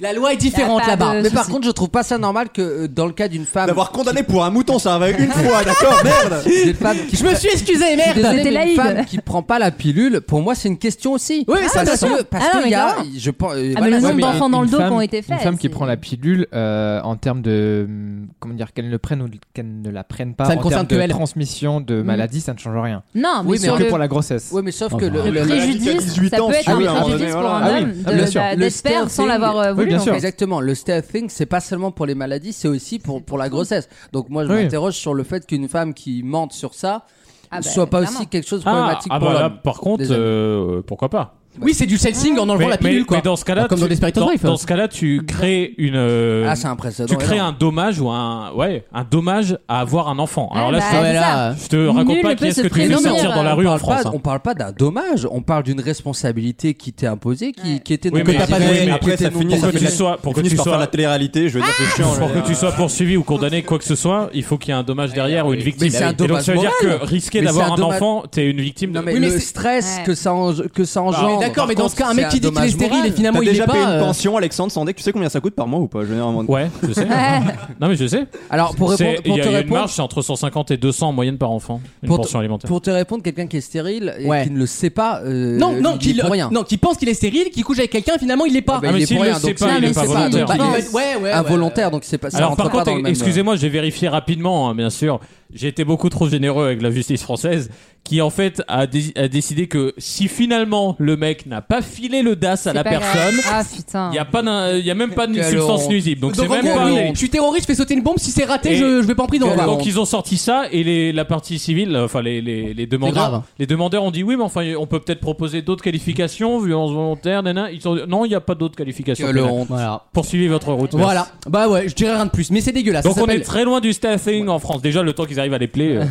Speaker 2: La loi est différente
Speaker 4: Y a pas
Speaker 2: là-bas.
Speaker 4: de-
Speaker 5: Mais par
Speaker 4: Souci.
Speaker 5: contre je trouve pas ça normal que euh, dans le cas d'une femme
Speaker 7: D'avoir condamné pour un mouton, ça arrive une fois, d'accord, merde
Speaker 5: d'une femme qui
Speaker 2: Je me suis excusé,
Speaker 5: Je suis
Speaker 2: merde.
Speaker 5: désolé,
Speaker 4: C'était
Speaker 5: mais une
Speaker 4: laïque.
Speaker 5: femme qui prend pas la pilule, pour moi, c'est une question aussi.
Speaker 2: Oui, oui, ça,
Speaker 5: parce
Speaker 2: bien sûr.
Speaker 5: que, parce
Speaker 4: Ah non,
Speaker 5: que
Speaker 4: mais
Speaker 5: y a,
Speaker 4: grave.
Speaker 5: je pense, euh,
Speaker 4: Ah, mais le
Speaker 5: voilà,
Speaker 4: nombre
Speaker 3: mais
Speaker 4: d'enfants dans
Speaker 3: une
Speaker 4: le dos qui
Speaker 3: femme-
Speaker 4: ont été faits.
Speaker 3: Une femme qui
Speaker 4: c'est-
Speaker 3: prend la pilule euh, en termes de. hum, Comment dire Qu'elle le prenne ou qu'elle ne la prenne pas.
Speaker 2: Ça ne
Speaker 3: en
Speaker 2: concerne
Speaker 3: termes
Speaker 2: que
Speaker 3: de
Speaker 2: elle.
Speaker 3: transmission de maladie, ça ne change rien.
Speaker 4: Non, mais
Speaker 5: Oui, mais
Speaker 4: sur
Speaker 3: que
Speaker 4: le
Speaker 3: pour la grossesse.
Speaker 5: Oui, mais sauf
Speaker 6: Ah
Speaker 2: Oh,
Speaker 5: que le,
Speaker 2: bah,
Speaker 5: le-
Speaker 7: le- le-
Speaker 4: préjudice,
Speaker 7: 18
Speaker 4: ça
Speaker 7: ans,
Speaker 4: peut être
Speaker 7: ah oui,
Speaker 4: un
Speaker 7: alors,
Speaker 4: préjudice pour
Speaker 7: euh, ah
Speaker 4: un
Speaker 3: oui,
Speaker 4: homme
Speaker 3: ah,
Speaker 4: de-
Speaker 3: bien sûr.
Speaker 4: d'a-
Speaker 5: Le
Speaker 4: d'être père sans
Speaker 5: stealthing.
Speaker 4: l'avoir euh,
Speaker 3: Oui,
Speaker 4: voulu.
Speaker 3: bien
Speaker 4: en
Speaker 3: sûr.
Speaker 4: fait.
Speaker 5: Exactement, le stealthing, c'est pas seulement pour les maladies, c'est aussi pour, pour la grossesse. Donc moi, je
Speaker 3: Oui.
Speaker 5: m'interroge sur le fait qu'une femme qui mente sur ça
Speaker 4: Ah bah,
Speaker 5: soit pas
Speaker 4: clairement.
Speaker 5: aussi quelque chose de
Speaker 6: Ah,
Speaker 5: problématique
Speaker 6: ah
Speaker 5: pour
Speaker 6: bah là,
Speaker 5: l'homme.
Speaker 6: par contre,
Speaker 5: Désolé.
Speaker 6: euh, pourquoi pas
Speaker 2: Oui, c'est du selling en enlevant la pilule, quoi.
Speaker 6: mais dans ce cas-là,
Speaker 2: Comme dans
Speaker 6: tu-
Speaker 2: Desperate
Speaker 6: dans,
Speaker 2: Housewives.
Speaker 6: dans ce cas-là, tu crées une. euh,
Speaker 5: Ah, c'est un précédent.
Speaker 6: tu crées
Speaker 5: énorme.
Speaker 6: un dommage ou un ouais un dommage à avoir un enfant. Alors là,
Speaker 4: Ouais,
Speaker 6: je,
Speaker 4: bah,
Speaker 2: Ouais,
Speaker 4: c'est
Speaker 2: là,
Speaker 6: te- je te raconte
Speaker 4: Nul ne
Speaker 6: pas qui
Speaker 4: peut
Speaker 6: est-ce que tu
Speaker 4: se
Speaker 6: fais
Speaker 5: prémunir,
Speaker 6: sortir dans la
Speaker 4: euh,
Speaker 6: rue en
Speaker 5: parle pas-
Speaker 6: France. hein.
Speaker 5: on parle pas d'un dommage, on parle d'une responsabilité qui t'est imposée, qui,
Speaker 4: Ouais.
Speaker 5: qui était
Speaker 6: Oui,
Speaker 5: non
Speaker 6: mais t'as
Speaker 5: désirée,
Speaker 6: pas de- oui, mais
Speaker 5: qui
Speaker 7: après,
Speaker 5: était
Speaker 7: ça
Speaker 5: non
Speaker 7: finit-
Speaker 6: Pour que
Speaker 7: ça
Speaker 6: tu
Speaker 7: finit-
Speaker 6: sois pour que
Speaker 7: Ils
Speaker 6: tu
Speaker 7: finissent par faire la
Speaker 6: sois
Speaker 7: télé-réalité, je veux dire, c'est chiant.
Speaker 6: pour
Speaker 7: là.
Speaker 6: que tu sois poursuivi ou condamné quoi que ce soit, il faut qu'il y ait un dommage derrière ou une victime.
Speaker 5: mais c'est un
Speaker 6: Et donc ça veut
Speaker 5: dommage
Speaker 6: dire que
Speaker 5: moral.
Speaker 6: risquer
Speaker 5: Mais c'est
Speaker 6: d'avoir
Speaker 5: un
Speaker 6: un
Speaker 5: dommage-
Speaker 6: enfant, t'es une victime de
Speaker 5: Non mais,
Speaker 2: Oui, mais
Speaker 5: le
Speaker 2: c'est-
Speaker 5: stress
Speaker 4: Ouais.
Speaker 5: que ça enge- que
Speaker 6: Bah,
Speaker 5: ça engendre.
Speaker 2: D'accord, mais dans ce cas, un mec qui dit qu'il est stérile et
Speaker 7: T'as
Speaker 2: finalement il
Speaker 7: déjà
Speaker 2: est
Speaker 7: payé une
Speaker 2: pas. euh,
Speaker 7: pension, Alexandre Sandek, tu sais combien ça coûte par mois ou pas, généralement
Speaker 6: Ouais, je sais. non mais je sais.
Speaker 5: Alors pour
Speaker 6: C'est-
Speaker 5: répondre,
Speaker 6: Il
Speaker 5: pour
Speaker 6: y
Speaker 5: te
Speaker 6: a, il y a une marge,
Speaker 5: répondre,
Speaker 6: c'est entre 150 et 200 en moyenne par enfant, une
Speaker 5: Pour te-
Speaker 6: pension alimentaire.
Speaker 5: pour te répondre, quelqu'un qui est stérile et
Speaker 2: Ouais.
Speaker 5: qui ne le sait pas, euh,
Speaker 2: Non, non,
Speaker 5: il dit
Speaker 2: qu'il
Speaker 5: pour rien.
Speaker 2: non, qu'il pense qu'il est stérile, qu'il couche avec quelqu'un, finalement il l'est pas.
Speaker 5: Ah bah,
Speaker 6: Ah,
Speaker 5: il
Speaker 6: mais
Speaker 5: est
Speaker 6: s'il
Speaker 5: pour
Speaker 6: le
Speaker 5: rien,
Speaker 6: sait
Speaker 5: donc bah,
Speaker 6: pas,
Speaker 5: c'est-
Speaker 6: il est
Speaker 5: c'est
Speaker 6: pas
Speaker 5: pas-
Speaker 6: volontaire.
Speaker 5: il est
Speaker 2: Ouais,
Speaker 5: pense-
Speaker 2: ouais, ouais.
Speaker 5: Involontaire, donc c'est pas. ça
Speaker 6: Alors
Speaker 5: rentre
Speaker 6: par
Speaker 5: pas
Speaker 6: contre,
Speaker 5: dans le même, euh,
Speaker 6: excusez-moi, j'ai vérifié rapidement, hein, bien sûr. J'ai été beaucoup trop généreux avec la justice française, qui en fait a, dé- a décidé que si finalement le mec n'a pas filé le DAS à
Speaker 4: C'est
Speaker 6: la
Speaker 4: pas grave.
Speaker 6: personne,
Speaker 4: Ah putain.
Speaker 6: il n'y a, pas d'un- il y a même pas de
Speaker 5: Quelle
Speaker 6: substance
Speaker 5: honte.
Speaker 6: nuisible. Donc c'est
Speaker 2: Donc en
Speaker 6: même
Speaker 2: gros,
Speaker 6: pas...
Speaker 2: oui,
Speaker 5: honte.
Speaker 2: je suis terroriste, je fais sauter une bombe, si c'est raté,
Speaker 6: Et-
Speaker 2: je, je vais pas en prison.
Speaker 5: Quelle
Speaker 2: quoi.
Speaker 5: honte.
Speaker 6: Donc ils ont sorti ça et les, la partie civile, euh, enfin les, les, les
Speaker 2: grave.
Speaker 6: demandeurs, les demandeurs ont dit oui mais enfin on peut peut-être proposer d'autres qualifications, violence volontaire, nana. Ils ont dit, non il n'y a pas d'autres qualifications.
Speaker 5: Que le
Speaker 6: pénales.
Speaker 5: honte.
Speaker 2: Voilà.
Speaker 6: Poursuivez votre route. merci.
Speaker 2: Voilà. Bah ouais, je dirais rien de plus, mais c'est dégueulasse.
Speaker 6: Donc
Speaker 2: ça
Speaker 6: on est
Speaker 2: s'appelle-
Speaker 6: très loin du staffing en France. Déjà le temps qu'ils arrivent à les plaies. euh.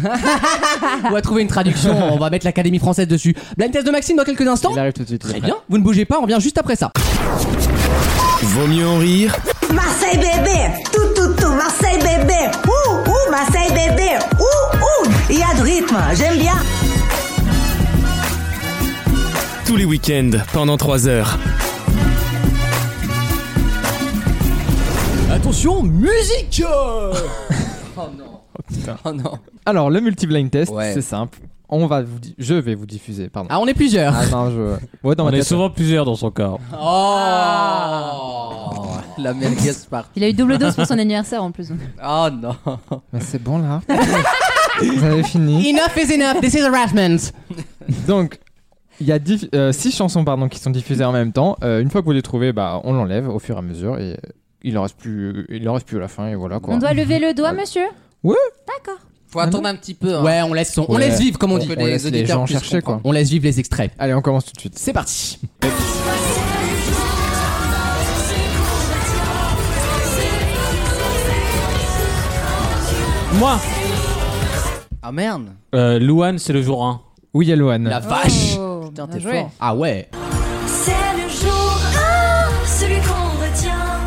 Speaker 2: on va trouver une traduction, on va mettre l'Académie française dessus. Blind test de Maxime dans quelques instants.
Speaker 3: Il arrive tout de suite.
Speaker 2: Très bien, vous ne bougez pas, on revient juste après ça.
Speaker 1: Vaut mieux en rire
Speaker 8: Marseille bébé, tout tout tout, Marseille bébé, ouh ouh, Marseille bébé, ouh ouh, il y a du rythme, j'aime bien.
Speaker 1: tous les week-ends pendant 3 heures.
Speaker 2: Attention, musique
Speaker 5: Oh non.
Speaker 3: Alors, le multi-blind test,
Speaker 5: Ouais.
Speaker 3: c'est simple. On va vous di- je vais vous diffuser, pardon.
Speaker 2: Ah, on est plusieurs.
Speaker 3: Ah non, je. Ouais, dans
Speaker 6: on
Speaker 3: ma
Speaker 6: est
Speaker 3: tête.
Speaker 6: souvent plusieurs dans son corps.
Speaker 2: Oh
Speaker 5: La merguez part.
Speaker 4: Il a eu double dose pour son anniversaire en plus.
Speaker 5: Oh non.
Speaker 3: Mais c'est bon là. Vous avez fini.
Speaker 2: Enough is enough, this is harassment.
Speaker 3: Donc, il y a 6 six chansons pardon, qui sont diffusées en même temps. Euh, une fois que vous les trouvez, bah, on l'enlève au fur et à mesure. Et euh, il en reste plus, euh, il en reste plus à la fin. Et voilà quoi.
Speaker 4: On doit lever le doigt, monsieur
Speaker 5: Faut attendre un petit peu. hein.
Speaker 2: Ouais, on laisse, son- on
Speaker 3: Ouais.
Speaker 2: laisse vivre, comme on dit.
Speaker 5: que
Speaker 3: on laisse les
Speaker 5: auditeurs
Speaker 3: gens
Speaker 5: puissent
Speaker 3: chercher quoi.
Speaker 2: On laisse vivre les extraits.
Speaker 3: Allez, on commence tout de suite.
Speaker 2: C'est parti.
Speaker 6: Moi,
Speaker 5: Ah merde.
Speaker 6: euh, Louane c'est le jour 1.
Speaker 3: Oui, Eloane.
Speaker 2: La vache.
Speaker 4: Oh,
Speaker 5: Putain,
Speaker 4: bien
Speaker 5: t'es
Speaker 4: joué.
Speaker 5: fort.
Speaker 2: Ah ouais.
Speaker 9: C'est le jour 1, celui qu'on retient,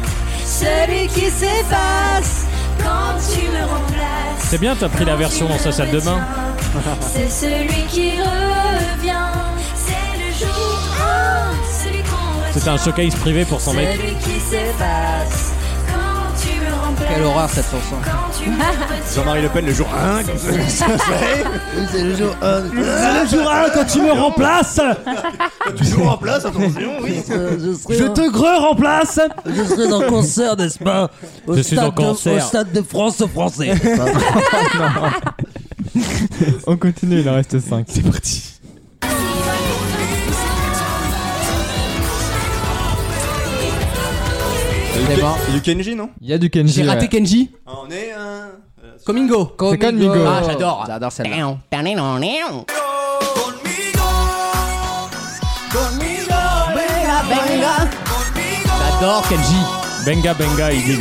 Speaker 9: celui qui s'efface quand tu me remplaces.
Speaker 6: C'est bien, t'as pris la version dans sa salle de bain.
Speaker 9: C'est celui qui revient, c'est le jour 1, celui qu'on retient.
Speaker 6: C'était un showcase privé pour son mec.
Speaker 9: Celui qui s'efface quand tu me en place.
Speaker 5: Quelle horreur cette chanson.
Speaker 9: Quand tu me retiens,
Speaker 7: Jean-Marie Le Pen le jour 1.
Speaker 5: C'est le jour 1.
Speaker 10: Le jour 1, quand tu me remplaces,
Speaker 7: Toujours en place, attention, oui.
Speaker 5: Je,
Speaker 10: je te greux remplace.
Speaker 5: je serai dans le concert, n'est-ce pas au
Speaker 6: Je suis en cancer.
Speaker 5: stade de France aux Français.
Speaker 3: On continue, il en reste 5.
Speaker 1: C'est parti.
Speaker 7: Il
Speaker 5: est mort.
Speaker 7: Du Kenji, non
Speaker 3: Il y a du Kenji.
Speaker 2: J'ai raté
Speaker 3: ouais.
Speaker 2: Kenji.
Speaker 7: On est un.
Speaker 2: Comingo.
Speaker 3: C'est Conmigo.
Speaker 2: Ah, j'adore.
Speaker 5: J'adore celle-là.
Speaker 2: Venga, venga. J'adore Kenji.
Speaker 6: Benga Benga, il dit.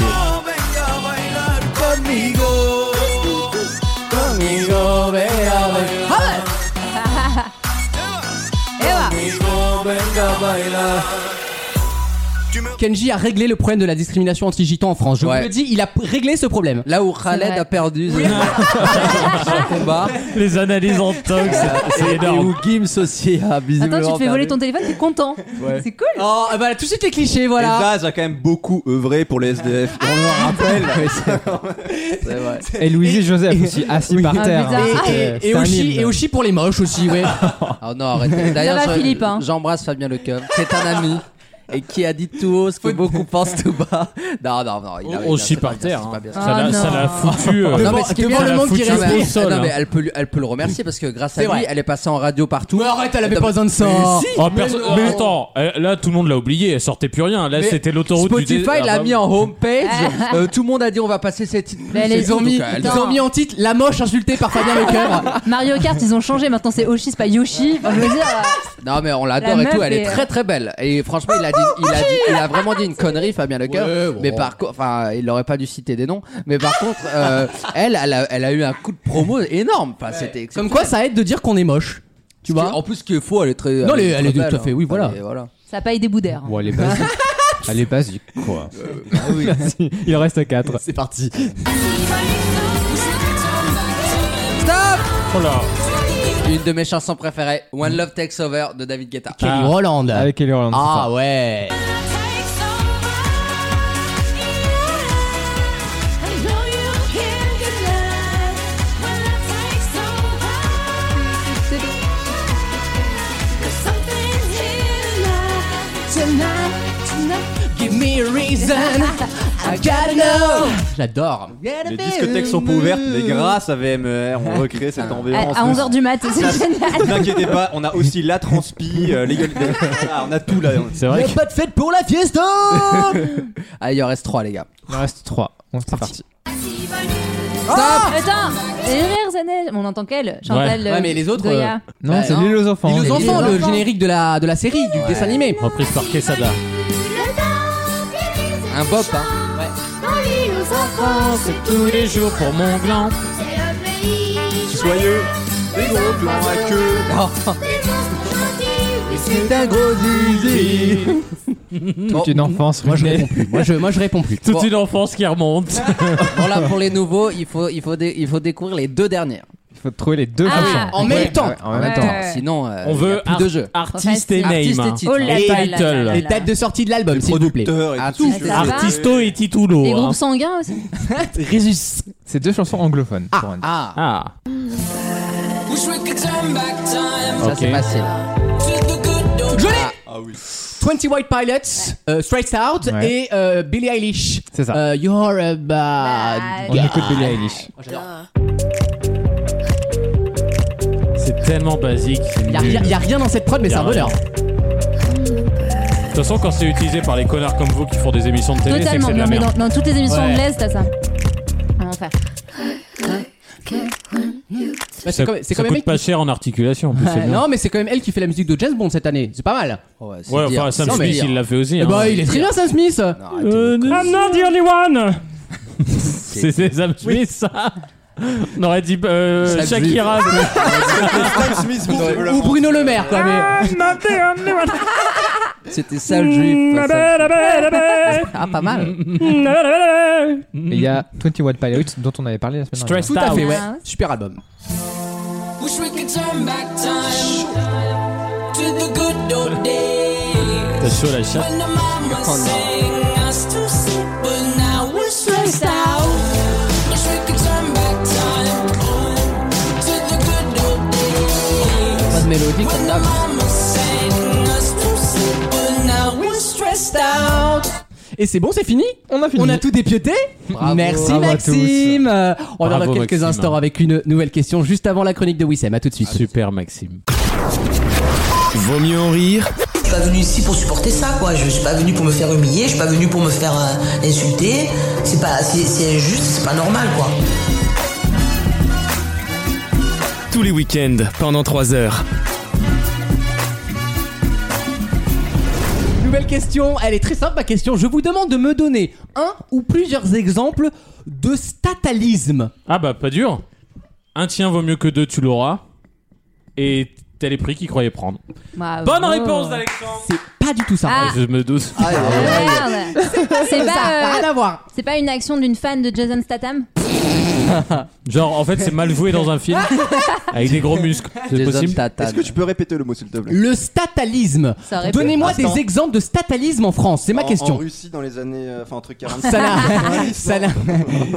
Speaker 2: Kenji a réglé le problème de la discrimination anti-gitan en France. Je
Speaker 5: Ouais.
Speaker 2: vous le dis, il a p- réglé ce problème.
Speaker 5: Là où Khaled
Speaker 4: vrai.
Speaker 5: a perdu son combat.
Speaker 6: Les analyses en tox, c'est- c'est
Speaker 5: Et
Speaker 6: énorme.
Speaker 5: où Gims aussi a visiblement
Speaker 4: Attends, tu te fais voler
Speaker 5: perdu.
Speaker 4: ton téléphone, t'es content. C'est cool.
Speaker 2: Oh, ah bah tout de suite les clichés,
Speaker 7: Et
Speaker 2: voilà.
Speaker 7: Zaz a quand même beaucoup œuvré pour les SDF.
Speaker 4: Ah,
Speaker 7: On
Speaker 5: bah,
Speaker 7: le rappelle.
Speaker 5: C'est vrai.
Speaker 3: Et Louis Joseph aussi, assis par
Speaker 4: Ah,
Speaker 3: terre.
Speaker 4: bizarre.
Speaker 3: hein,
Speaker 4: Ah,
Speaker 3: c'était-
Speaker 2: Et
Speaker 3: c'était un
Speaker 2: Oshi,
Speaker 3: hymne.
Speaker 2: et Oshi pour les moches aussi, ouais.
Speaker 5: Ah non, arrêtez. D'ailleurs,
Speaker 4: va,
Speaker 5: je-
Speaker 4: Philippe, hein.
Speaker 5: j'embrasse Fabien Lecoeur, qui est un ami. Et qui a dit tout haut ce que beaucoup pensent tout bas. Non, non, non. il a- il a- c'est
Speaker 6: Aussi
Speaker 5: pas
Speaker 6: par
Speaker 5: bien,
Speaker 6: terre.
Speaker 5: c'est
Speaker 6: hein.
Speaker 5: pas bien.
Speaker 6: Ça
Speaker 4: Ah
Speaker 6: l'a- ça
Speaker 4: non.
Speaker 6: l'a foutu. euh,
Speaker 5: Non, mais ce qui est
Speaker 2: devant
Speaker 5: bien,
Speaker 2: le
Speaker 5: la
Speaker 2: monde qui
Speaker 5: foutue,
Speaker 2: reste
Speaker 5: mais-
Speaker 2: au sol,
Speaker 5: Non,
Speaker 6: hein.
Speaker 5: mais elle peut, lui- elle peut le remercier parce que grâce à
Speaker 2: C'est
Speaker 5: lui,
Speaker 2: vrai.
Speaker 5: elle est passée en radio partout.
Speaker 2: Mais arrête, elle avait
Speaker 5: Non,
Speaker 2: pas
Speaker 5: mais-
Speaker 2: besoin de ça.
Speaker 6: Oh, perso- mais, attends, euh, là tout le monde l'a oublié, elle sortait plus rien. Là
Speaker 5: Mais
Speaker 6: c'était l'autoroute du dé-
Speaker 5: Spotify
Speaker 6: Ah,
Speaker 5: l'a
Speaker 6: bah,
Speaker 5: mis en homepage. Euh, tout le monde a dit on va passer cette titres.
Speaker 4: Mais elle est-
Speaker 5: C'est
Speaker 2: Ils ont
Speaker 5: tout,
Speaker 2: mis,
Speaker 5: donc, elle-
Speaker 2: ils ont mis en titre la moche insultée par Fabien Lecoeur.
Speaker 4: hein. Mario Kart, ils ont changé. Maintenant, c'est Oshi, c'est pas Yoshi. Enfin, je veux dire, euh,
Speaker 5: Non mais on l'adore
Speaker 4: La
Speaker 5: et tout,
Speaker 4: meuf
Speaker 5: elle est
Speaker 4: est- euh,
Speaker 5: très très belle. Et franchement, il a dit, il a, dit- il a vraiment dit une connerie, Fabien Lecoeur. Mais par contre, enfin, il aurait pas dû citer des noms. Mais par contre, euh, elle, elle a, elle a eu un coup de promo énorme. Enfin, c'était
Speaker 2: Comme quoi, ça aide de dire qu'on est moche. Tu vois
Speaker 5: En plus, ce qui est faux, elle est très.
Speaker 2: Non, elle est-
Speaker 5: très
Speaker 2: elle est tout
Speaker 5: belle,
Speaker 2: à fait,
Speaker 5: hein.
Speaker 2: oui, voilà.
Speaker 5: Et
Speaker 4: ça a pas aidé Boudère.
Speaker 3: Bon, elle est basique. Elle est basique, quoi. Vas-y, il en reste 4.
Speaker 2: C'est parti.
Speaker 6: oh là.
Speaker 5: Une de mes chansons préférées, One Love Takes Over de David Guetta.
Speaker 2: Kelly Roland.
Speaker 3: Avec Ellie Roland, c'est
Speaker 2: Ah
Speaker 3: ça.
Speaker 2: ouais.
Speaker 5: oh,
Speaker 2: Give me a reason. I gotta know. J'adore.
Speaker 7: Les discothèques sont pas ouvertes, mais grâce à VMR, on recrée cette ambiance.
Speaker 4: Ah, À 11h du mat, c'est génial.
Speaker 7: Ne vous inquiétez pas, on a aussi la transpi, euh, les gueules. des- Ah, on a tout là.
Speaker 3: C'est vrai
Speaker 2: Pas de fête pour la fiesta.
Speaker 5: Ah, il en reste trois, les gars.
Speaker 3: qu'il en reste 3. On c'est parti.
Speaker 2: Ah
Speaker 4: Attends, les rires, ça neige. On entend qu'elle, Chantal. euh,
Speaker 2: Ouais, mais les autres,
Speaker 4: Goya.
Speaker 3: Non,
Speaker 5: Bah,
Speaker 3: c'est
Speaker 5: non.
Speaker 3: l'île aux enfants.
Speaker 2: Les
Speaker 5: Les
Speaker 2: enfants, le
Speaker 4: enfants.
Speaker 2: générique de la, de la série, du dessin animé.
Speaker 6: Reprise par Quesada.
Speaker 5: Un bop, hein.
Speaker 6: C'est tous les jours pour mon gland.
Speaker 7: Soyeux, des gros plans à queue.
Speaker 5: C'est un gros zizi.
Speaker 3: Toute une enfance
Speaker 2: Moi, je
Speaker 3: ruinée.
Speaker 2: réponds plus. Moi, je, moi, je réponds plus.
Speaker 6: Toute
Speaker 5: Bon.
Speaker 6: une enfance qui remonte.
Speaker 5: Bon, là, pour les nouveaux, il faut, il faut, dé- il faut découvrir les deux dernières.
Speaker 3: Il faut trouver les deux
Speaker 4: Ah,
Speaker 3: chansons.
Speaker 2: En même temps.
Speaker 3: Ouais, en même
Speaker 4: Ouais.
Speaker 3: temps.
Speaker 4: Euh,
Speaker 5: Sinon, euh,
Speaker 6: On
Speaker 5: il y a
Speaker 6: veut
Speaker 5: plus
Speaker 6: ar-
Speaker 5: de jeu.
Speaker 6: artiste et
Speaker 5: Artiste et
Speaker 6: name.
Speaker 5: titre.
Speaker 4: Oh là
Speaker 6: Et
Speaker 4: là là
Speaker 6: title.
Speaker 4: là là
Speaker 2: Les
Speaker 4: là.
Speaker 2: dates de sortie de l'album, s'il vous plaît.
Speaker 7: Producteur et
Speaker 5: Ah,
Speaker 7: tout.
Speaker 5: tout,
Speaker 4: c'est ça.
Speaker 6: Artisto et
Speaker 4: Les
Speaker 6: titulo. hein.
Speaker 4: groupes sanguins aussi.
Speaker 2: Résus.
Speaker 3: C'est deux chansons anglophones. pour un-
Speaker 5: Ah,
Speaker 6: Ah,
Speaker 5: ça
Speaker 6: ok.
Speaker 5: c'est facile.
Speaker 2: Je l'ai
Speaker 7: Ah oui.
Speaker 2: 20 White Pilots, euh, Straight Out
Speaker 3: Ouais.
Speaker 2: et euh, Billie Eilish.
Speaker 3: C'est ça.
Speaker 2: Euh, you're a bad
Speaker 4: Bad
Speaker 3: On
Speaker 2: guy.
Speaker 3: écoute Billie Eilish.
Speaker 6: C'est tellement basique. c'est
Speaker 2: Y'a
Speaker 6: nul.
Speaker 2: rien, y a rien dans cette prod, mais c'est
Speaker 6: Y a
Speaker 2: un bonheur.
Speaker 6: De toute façon, quand c'est utilisé par les connards comme vous qui font des émissions de télé, c'est que
Speaker 4: Totalement.
Speaker 6: c'est de
Speaker 4: Non,
Speaker 6: la
Speaker 4: mais dans,
Speaker 6: merde.
Speaker 4: dans toutes les émissions
Speaker 2: Ouais.
Speaker 4: anglaises, t'as ça. Un enfer.
Speaker 2: Bah,
Speaker 6: Ça,
Speaker 2: c'est quand, c'est
Speaker 6: ça
Speaker 2: quand même
Speaker 6: coûte
Speaker 2: elle
Speaker 6: pas
Speaker 2: qui-
Speaker 6: cher en articulation. en plus, c'est
Speaker 2: Ouais,
Speaker 6: bien.
Speaker 2: non, mais c'est quand même elle qui fait la musique de James Bond cette année. C'est pas mal.
Speaker 5: Ouais, c'est
Speaker 6: Ouais,
Speaker 5: dire,
Speaker 6: enfin, Sam
Speaker 5: c'est
Speaker 6: Smith,
Speaker 5: dire.
Speaker 6: il l'a fait aussi.
Speaker 2: Eh
Speaker 6: hein.
Speaker 2: bah, il est très bien, Sam Smith.
Speaker 5: Non, arrêtez-vous, quoi.
Speaker 6: not the only one C'est c'est Sam Smith, ça On aurait dit euh,
Speaker 5: Sam Smith.
Speaker 6: Shakira.
Speaker 2: Ah,
Speaker 6: mais-
Speaker 7: Sam Smith pour le
Speaker 2: Ou
Speaker 7: développement.
Speaker 2: Bruno Le Maire, quoi. Mais...
Speaker 5: C'était sale
Speaker 4: Mmh,
Speaker 5: juif. ça, ça. Ah, pas mal.
Speaker 3: Et il y a 21 Pilots dont on avait parlé la semaine dernière.
Speaker 6: Stressed
Speaker 2: Tout à fait,
Speaker 6: out.
Speaker 2: ouais.
Speaker 4: Ah.
Speaker 2: Super album.
Speaker 6: T'as chaud la chatte.
Speaker 5: Oh, non.
Speaker 9: Sing us to sleep, but now we're stressed out.
Speaker 2: musique, ça me tape. Et c'est bon, c'est fini
Speaker 3: On a fini.
Speaker 2: On a tout dépiauté
Speaker 5: Bravo.
Speaker 2: Merci
Speaker 3: Bravo à
Speaker 2: Maxime Euh, On
Speaker 6: Bravo,
Speaker 2: aura quelques
Speaker 6: Maxime.
Speaker 2: instants avec une nouvelle question juste avant la chronique de Wissem. À tout de suite.
Speaker 6: Super Maxime.
Speaker 1: Vaut mieux en rire
Speaker 11: Je suis pas venu ici pour supporter ça, quoi. Je, je suis pas venu pour me faire humilier, je suis pas venu pour me faire euh, insulter. C'est pas, c'est c'est injuste, c'est pas normal, quoi.
Speaker 1: tous les week-ends pendant 3 heures.
Speaker 2: Nouvelle question, elle est très simple ma question. Je vous demande de me donner un ou plusieurs exemples de statalisme.
Speaker 6: Ah bah pas dur. Un tien vaut mieux que deux, tu l'auras. Et t'as les prix qu'il croyait prendre.
Speaker 4: Bravo.
Speaker 2: Ah.
Speaker 6: Bonne réponse d'Alexandre.
Speaker 2: C'est pas du tout ça.
Speaker 4: Ah.
Speaker 6: Je me douce.
Speaker 4: Merde. C'est
Speaker 2: Ça n'a
Speaker 4: pas, euh,
Speaker 2: rien à voir.
Speaker 4: c'est pas une action d'une fan de Jason Statham
Speaker 6: Genre en fait c'est mal joué dans un film avec des gros muscles. C'est
Speaker 5: Jason
Speaker 6: possible.
Speaker 5: Statham.
Speaker 7: Est-ce que tu peux répéter le mot, s'il te plaît
Speaker 2: Le statalisme.
Speaker 4: Ça aurait pu-
Speaker 2: Donnez-moi
Speaker 7: Attends.
Speaker 2: des exemples de statalisme en France. C'est ma
Speaker 3: Oh,
Speaker 7: En- En
Speaker 2: question.
Speaker 7: Russie, dans les années. euh, Enfin, entre 40
Speaker 2: Ça n'a- ça n'a-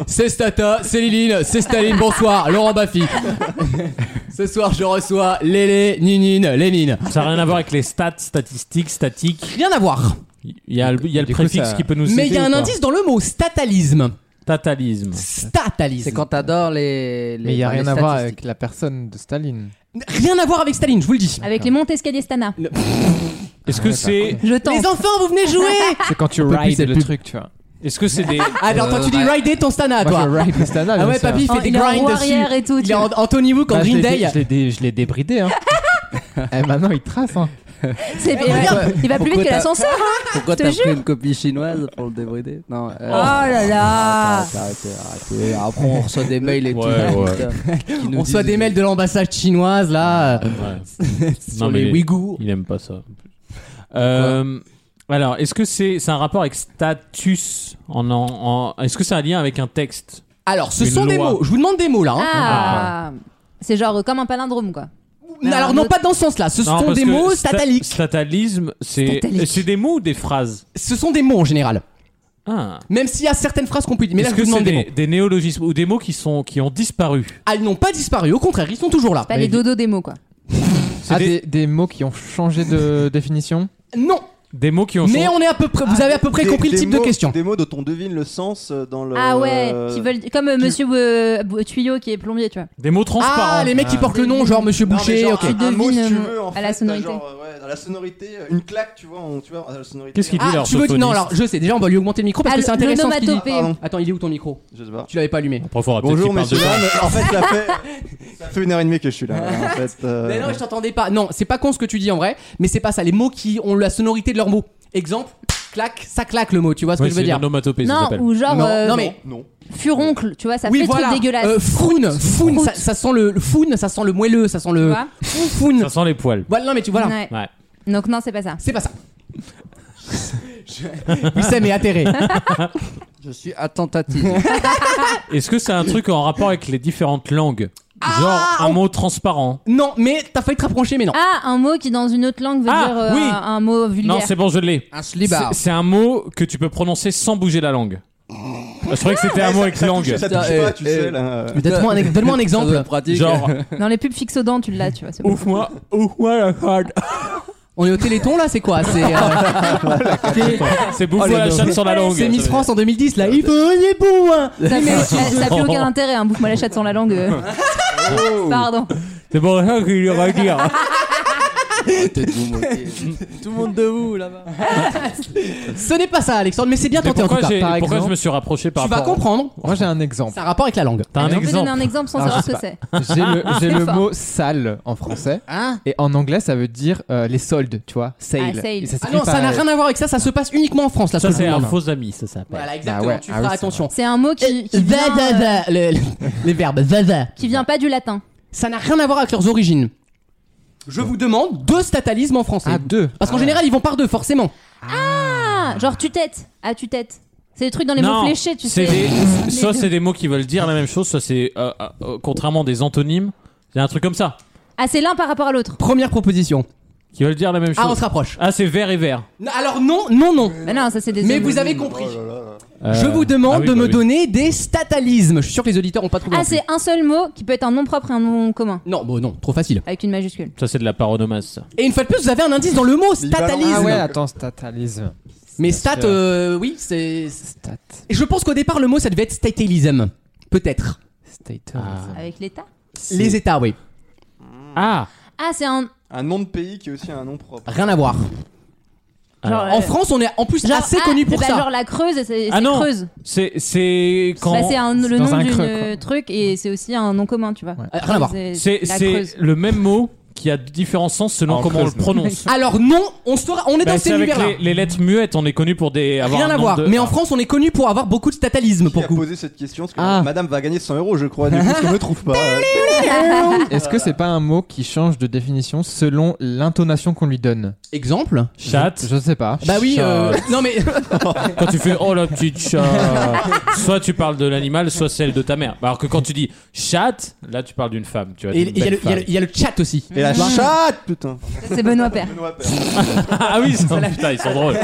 Speaker 2: C'est Stata, c'est Liline, c'est Staline, bonsoir, Laurent Baffy. Ce soir, je reçois Lélé, Ninine, Lénine.
Speaker 6: Ça n'a rien à voir avec les stats, statistiques, statiques.
Speaker 2: Rien à voir.
Speaker 6: Il y a le, il y a le
Speaker 3: Du coup,
Speaker 6: préfixe
Speaker 3: ça-
Speaker 6: qui peut nous
Speaker 2: Mais il y
Speaker 6: aider
Speaker 2: a
Speaker 6: ou
Speaker 2: un
Speaker 6: pas
Speaker 2: indice dans le mot statalisme.
Speaker 6: Tatalisme.
Speaker 2: Statalisme.
Speaker 5: C'est quand t'adores les, les.
Speaker 3: Mais il n'y a
Speaker 5: enfin, les
Speaker 3: rien à voir
Speaker 5: statistiques.
Speaker 3: avec la personne de Staline.
Speaker 2: Rien à voir avec Staline, je vous le dis.
Speaker 4: avec les Montescalier Stana.
Speaker 6: Est-ce que c'est
Speaker 4: Je tente.
Speaker 2: Les enfants, vous venez jouer
Speaker 3: C'est quand tu
Speaker 2: Ah peut plus
Speaker 3: rides
Speaker 2: cette
Speaker 3: le
Speaker 2: pub.
Speaker 3: truc, tu vois.
Speaker 6: est-ce que c'est des
Speaker 2: Ah, alors toi, tu dis rider ton Stana,
Speaker 3: Moi,
Speaker 2: toi.
Speaker 3: je ride le Stana,
Speaker 2: Ah
Speaker 3: bien
Speaker 2: ouais,
Speaker 3: sûr.
Speaker 2: papy, il fait
Speaker 4: Oh,
Speaker 2: des
Speaker 4: il est en roue
Speaker 2: grinds dessus.
Speaker 4: arrière et tout,
Speaker 2: Il
Speaker 4: tu
Speaker 2: est en
Speaker 4: vois.
Speaker 2: Anthony Wood en
Speaker 3: Bah, je
Speaker 2: Green
Speaker 3: l'ai
Speaker 2: Day.
Speaker 3: dé- Je l'ai dé- je l'ai débridé, hein. Eh, maintenant, il trace, hein.
Speaker 4: C'est- il, va,
Speaker 5: pourquoi-
Speaker 4: il va plus
Speaker 5: pourquoi
Speaker 4: vite que
Speaker 5: t'as-
Speaker 4: l'ascenseur. hein.
Speaker 5: Pourquoi
Speaker 4: Je te
Speaker 5: t'as pris
Speaker 4: jure.
Speaker 5: une copie chinoise pour le débrider Non. euh,
Speaker 4: Oh là là.
Speaker 5: arrête, arrête, arrête. Après, on reçoit des mails et
Speaker 6: Ouais,
Speaker 5: tout.
Speaker 6: ouais.
Speaker 5: qui nous
Speaker 2: On reçoit
Speaker 5: disent-
Speaker 2: des mails de l'ambassade chinoise, là, euh,
Speaker 6: Ouais.
Speaker 2: sur
Speaker 6: Non, mais
Speaker 2: les
Speaker 6: les-
Speaker 2: Ouïghours.
Speaker 6: Il aime pas ça. Euh, alors, est-ce que c'est c'est un rapport avec status en, en, en- Est-ce que c'est un lien avec un texte
Speaker 2: Alors, ce
Speaker 6: Une
Speaker 2: sont des
Speaker 6: loi.
Speaker 2: mots. Je vous demande des mots, là. hein.
Speaker 4: Ah. C'est genre euh, comme un palindrome, quoi.
Speaker 2: Non, Alors, non, pas dans ce sens-là. Ce
Speaker 6: Non,
Speaker 2: sont
Speaker 6: parce
Speaker 2: des
Speaker 6: que
Speaker 2: mots
Speaker 6: sta-
Speaker 2: stataliques.
Speaker 6: Statalisme, c'est
Speaker 4: Statalique.
Speaker 6: c'est des mots ou des phrases
Speaker 2: Ce sont des mots en général.
Speaker 6: ah.
Speaker 2: Même s'il y a certaines phrases qu'on peut dire. Mais là,
Speaker 6: Est-ce
Speaker 2: je
Speaker 6: que
Speaker 2: vous
Speaker 6: c'est
Speaker 2: demande des
Speaker 6: des,
Speaker 2: mots.
Speaker 6: des néologismes ou des mots qui, sont, qui ont disparu
Speaker 2: Ah, ils n'ont pas disparu. Au contraire, ils sont toujours là.
Speaker 4: Pas les dodos des mots, quoi.
Speaker 3: Ah,
Speaker 6: des-
Speaker 3: des... des mots qui ont changé de définition
Speaker 2: Non,
Speaker 6: Des mots qui ont.
Speaker 2: mais
Speaker 6: sont-
Speaker 2: on est à peu près. Vous avez à peu près
Speaker 7: Ah, Des-
Speaker 2: compris le
Speaker 7: des
Speaker 2: type de
Speaker 7: mots-
Speaker 2: question.
Speaker 7: Des mots dont on devine le sens euh, dans le.
Speaker 4: Ah ouais, qui veulent, comme euh, monsieur euh, Bou- Tuyau qui est plombier, tu vois.
Speaker 6: Des mots transparents.
Speaker 2: Ah, les mecs qui portent le nom, genre Monsieur
Speaker 7: Non, mais
Speaker 2: Boucher.
Speaker 7: genre,
Speaker 2: ok.
Speaker 7: un, un mot, si tu
Speaker 4: devines,
Speaker 7: veux, en
Speaker 4: euh, à
Speaker 7: fait,
Speaker 4: la
Speaker 7: t'as
Speaker 4: sonorité.
Speaker 7: Genre, euh, ouais, dans la sonorité, euh, une claque, tu vois, on, tu vois, dans la sonorité. euh,
Speaker 6: Qu'est-ce qu'il dit
Speaker 2: Ah,
Speaker 6: leur
Speaker 2: tu veux
Speaker 6: sophoniste
Speaker 2: Non, alors je sais. Déjà, on va lui augmenter le micro parce
Speaker 4: Ah,
Speaker 2: que c'est
Speaker 4: le-
Speaker 2: intéressant. Ce qu'il dit.
Speaker 4: l'onomatopée.
Speaker 7: Pardon.
Speaker 2: Attends, il est où ton micro
Speaker 7: Je sais pas.
Speaker 2: Tu l'avais pas allumé.
Speaker 6: Après, faudra peut-être
Speaker 7: Bonjour
Speaker 6: qu'il parle
Speaker 7: messieurs,
Speaker 6: de toi.
Speaker 7: dames. En fait, ça fait, ça fait une heure et demie que je suis là. En fait, euh,
Speaker 2: Mais non, je t'entendais pas. Non, c'est pas con ce que tu dis en vrai, mais c'est pas ça. Les mots qui ont la sonorité de leurs mots. Exemple, clac, ça claque le mot. Tu vois ce
Speaker 6: Ouais,
Speaker 2: que je veux
Speaker 6: c'est
Speaker 2: dire
Speaker 6: une onomatopée, ça
Speaker 4: Non,
Speaker 6: s'appelle.
Speaker 4: ou genre
Speaker 2: Non,
Speaker 4: euh,
Speaker 2: non, mais-
Speaker 7: non.
Speaker 4: furoncle, tu vois, ça
Speaker 2: oui,
Speaker 4: fait
Speaker 2: voilà.
Speaker 4: truc dégueulasse.
Speaker 2: Euh, foune, foune,
Speaker 4: Froute.
Speaker 2: ça, ça sent le, le foune, ça sent le moelleux, ça sent
Speaker 4: tu
Speaker 2: le
Speaker 4: vois.
Speaker 2: foun, foune.
Speaker 6: Ça sent les poils.
Speaker 2: Voilà, non mais tu euh, voilà,
Speaker 4: Ouais.
Speaker 6: Ouais.
Speaker 4: Donc non, c'est pas ça.
Speaker 2: c'est pas ça. Wissem est atterré.
Speaker 5: Je suis attentatif.
Speaker 6: Est-ce que c'est un truc en rapport avec les différentes langues
Speaker 2: Ah
Speaker 6: Genre un mot transparent
Speaker 2: Non, mais t'as failli te rapprocher, mais non.
Speaker 4: Ah, un mot qui dans une autre langue veut
Speaker 6: Ah,
Speaker 4: dire euh,
Speaker 6: oui.
Speaker 4: un, un mot vulgaire.
Speaker 6: Non, c'est bon, je l'ai.
Speaker 5: Un
Speaker 6: C'est-
Speaker 5: slibard.
Speaker 6: C'est un mot que tu peux prononcer sans bouger la langue. Je croyais que
Speaker 2: Ah,
Speaker 6: c'était un mot avec
Speaker 7: ça touche-
Speaker 6: langue.
Speaker 7: Ça touche
Speaker 5: Eh,
Speaker 7: pas, tu
Speaker 5: eh.
Speaker 7: sais là. euh.
Speaker 2: Donne-moi un, ex- donne-moi un
Speaker 5: Ça doit
Speaker 2: exemple.
Speaker 5: être pratique.
Speaker 6: Genre,
Speaker 4: Dans les pubs fixes aux dents, tu l'as, tu vois. c'est bon.
Speaker 6: ouvre-moi, ouvre-moi la corde.
Speaker 2: On est au Téléthon là, c'est quoi C'est euh,
Speaker 6: C'est bouffe la chatte sur la langue.
Speaker 2: c'est Miss
Speaker 6: Ça veut
Speaker 2: France en 2010 là. Il veut, il est bon. hein.
Speaker 4: Ça fait, ça fait aucun intérêt, hein. bouffe-moi la chatte sans la langue. euh.
Speaker 6: Oh.
Speaker 4: Pardon.
Speaker 6: dire- C'est pour ça qu'il lui aurait dire.
Speaker 2: Ah,
Speaker 5: Tout le monde debout là-bas.
Speaker 2: Ce n'est pas ça, Alexandre, mais c'est bien
Speaker 6: Mais
Speaker 2: tenté en tout
Speaker 6: pourquoi
Speaker 2: cas. Tu
Speaker 6: j'ai-
Speaker 3: par
Speaker 6: pourquoi je
Speaker 3: exemple.
Speaker 6: me suis rapproché par
Speaker 2: vas
Speaker 6: rapport
Speaker 2: comprendre.
Speaker 3: Moi, j'ai un exemple.
Speaker 2: Ça a rapport avec la langue.
Speaker 6: T'as un
Speaker 4: On peut donner
Speaker 6: exemple
Speaker 4: un exemple sans
Speaker 3: Ah,
Speaker 4: savoir
Speaker 3: je
Speaker 4: ce que
Speaker 3: sais
Speaker 4: c'est.
Speaker 3: J'ai le, j'ai
Speaker 4: C'est
Speaker 3: le
Speaker 4: fort.
Speaker 3: mot sale en français.
Speaker 5: Hein
Speaker 3: Et en anglais, ça veut dire euh, les soldes, tu vois. Sale.
Speaker 4: Ah, sale.
Speaker 3: Et
Speaker 2: Ah
Speaker 3: s'écrit
Speaker 2: non, ça
Speaker 3: pareil.
Speaker 2: n'a rien à voir avec ça, ça se passe uniquement en France là. ce
Speaker 6: Ça,
Speaker 2: que je
Speaker 6: c'est
Speaker 2: vous
Speaker 6: un
Speaker 2: demande.
Speaker 6: faux ami, ça s'appelle.
Speaker 2: Voilà, exactement,
Speaker 3: Ah ouais,
Speaker 2: tu
Speaker 3: ah
Speaker 2: feras
Speaker 3: oui, c'est
Speaker 2: attention.
Speaker 4: C'est un mot qui, qui vient,
Speaker 2: Vaza,
Speaker 4: euh,
Speaker 2: va, le- le- les verbes vaza.
Speaker 4: qui vient pas du latin.
Speaker 2: Ça n'a rien à voir avec leurs origines. Je vous demande deux statalismes en français.
Speaker 3: Ah, deux.
Speaker 2: Parce qu'en général, ils vont par deux, forcément.
Speaker 4: Ah, genre tu-tête. Ah, tu-tête. C'est des trucs dans les mots fléchés, tu sais.
Speaker 6: c'est
Speaker 4: Les
Speaker 6: des- soit
Speaker 4: deux.
Speaker 6: c'est des mots qui veulent dire la même chose, soit c'est euh, euh, euh, contrairement des antonymes, il y a un truc comme ça
Speaker 4: Ah, c'est l'un par rapport à l'autre.
Speaker 2: Première proposition.
Speaker 6: qui veulent dire la même
Speaker 2: Ah, on
Speaker 6: chose.
Speaker 2: se rapproche.
Speaker 6: Ah, c'est vert et vert.
Speaker 3: Euh,
Speaker 2: Non, Alors non, non, non.
Speaker 4: Bah non, ça c'est des
Speaker 2: Mais
Speaker 4: hommes.
Speaker 2: vous avez compris.
Speaker 6: Euh,
Speaker 2: Je vous demande
Speaker 6: ah oui,
Speaker 2: de
Speaker 6: bah
Speaker 2: me
Speaker 6: oui.
Speaker 2: donner des statalismes. Je suis sûr que les auditeurs n'ont pas trouvé. non
Speaker 4: Ah,
Speaker 2: plus.
Speaker 4: c'est un seul mot qui peut être un nom propre et un nom commun.
Speaker 2: Non, bon, non, trop facile.
Speaker 4: Avec une majuscule.
Speaker 6: Ça, c'est de la paronomasse, ça.
Speaker 2: Et une fois de plus, vous avez un indice dans le mot statalisme.
Speaker 3: Ah ouais, attends, statalisme.
Speaker 2: Mais stat,
Speaker 3: sûr.
Speaker 2: euh, oui, c'est. Stat. Je pense qu'au départ, le mot, ça devait être statalism. Peut-être.
Speaker 4: Avec l'État
Speaker 2: Les États, oui.
Speaker 6: Ah
Speaker 4: Ah, c'est un.
Speaker 7: Un nom de pays qui est aussi un nom propre.
Speaker 2: Rien à voir. Euh,
Speaker 6: Alors,
Speaker 2: en France, on est en plus
Speaker 4: euh, Genre,
Speaker 2: assez
Speaker 4: ah,
Speaker 2: connu pour
Speaker 4: bah,
Speaker 2: ça.
Speaker 4: Genre la Creuse, et c'est
Speaker 6: Ah
Speaker 4: c'est
Speaker 6: non
Speaker 4: Creuse.
Speaker 6: C'est, c'est quand.
Speaker 4: Bah, c'est un- le
Speaker 6: dans
Speaker 4: nom
Speaker 6: un creux,
Speaker 4: d'une euh,
Speaker 6: quoi.
Speaker 4: truc et c'est aussi un nom commun, tu vois.
Speaker 2: Ah, rien à voir.
Speaker 6: C'est,
Speaker 4: la
Speaker 6: c'est
Speaker 4: Creuse.
Speaker 6: le même mot qui a différents sens selon
Speaker 3: Ah, en
Speaker 6: comment on
Speaker 3: creuse,
Speaker 6: le
Speaker 3: non.
Speaker 6: prononce.
Speaker 2: Alors non, on, saura- on est
Speaker 6: Bah,
Speaker 2: dans
Speaker 6: c'est
Speaker 2: ces
Speaker 6: avec
Speaker 2: univers-là.
Speaker 6: les, les lettres muettes, on est connu pour des. avoir
Speaker 2: Rien
Speaker 6: un
Speaker 2: à
Speaker 6: nom
Speaker 2: voir.
Speaker 6: de-
Speaker 2: Mais en France, on est connu pour avoir beaucoup de statalisme
Speaker 7: Qui
Speaker 2: pour
Speaker 7: a
Speaker 2: coup.
Speaker 7: posé cette question Parce que
Speaker 2: Ah.
Speaker 7: madame va gagner 100 euros, je crois. Du coup, parce qu'on ne trouve pas. euh.
Speaker 3: Est-ce que c'est pas un mot qui change de définition selon l'intonation qu'on lui donne
Speaker 2: Exemple
Speaker 6: Chat.
Speaker 3: Je sais pas.
Speaker 2: Bah oui. euh, non mais
Speaker 6: Quand tu fais oh la petite chat, soit tu parles de l'animal, soit celle de ta mère. Bah, Alors que quand tu dis chat, là tu parles d'une femme. Tu vois,
Speaker 2: et
Speaker 6: d'une
Speaker 2: il y, a le-
Speaker 6: belle
Speaker 2: il y a
Speaker 6: femme.
Speaker 2: le- il y a le chat aussi.
Speaker 7: Et la chatte, putain.
Speaker 4: Ça, C'est Benoît Père.
Speaker 7: Benoît Père.
Speaker 6: Ah oui, c'est- putain, ils sont drôles.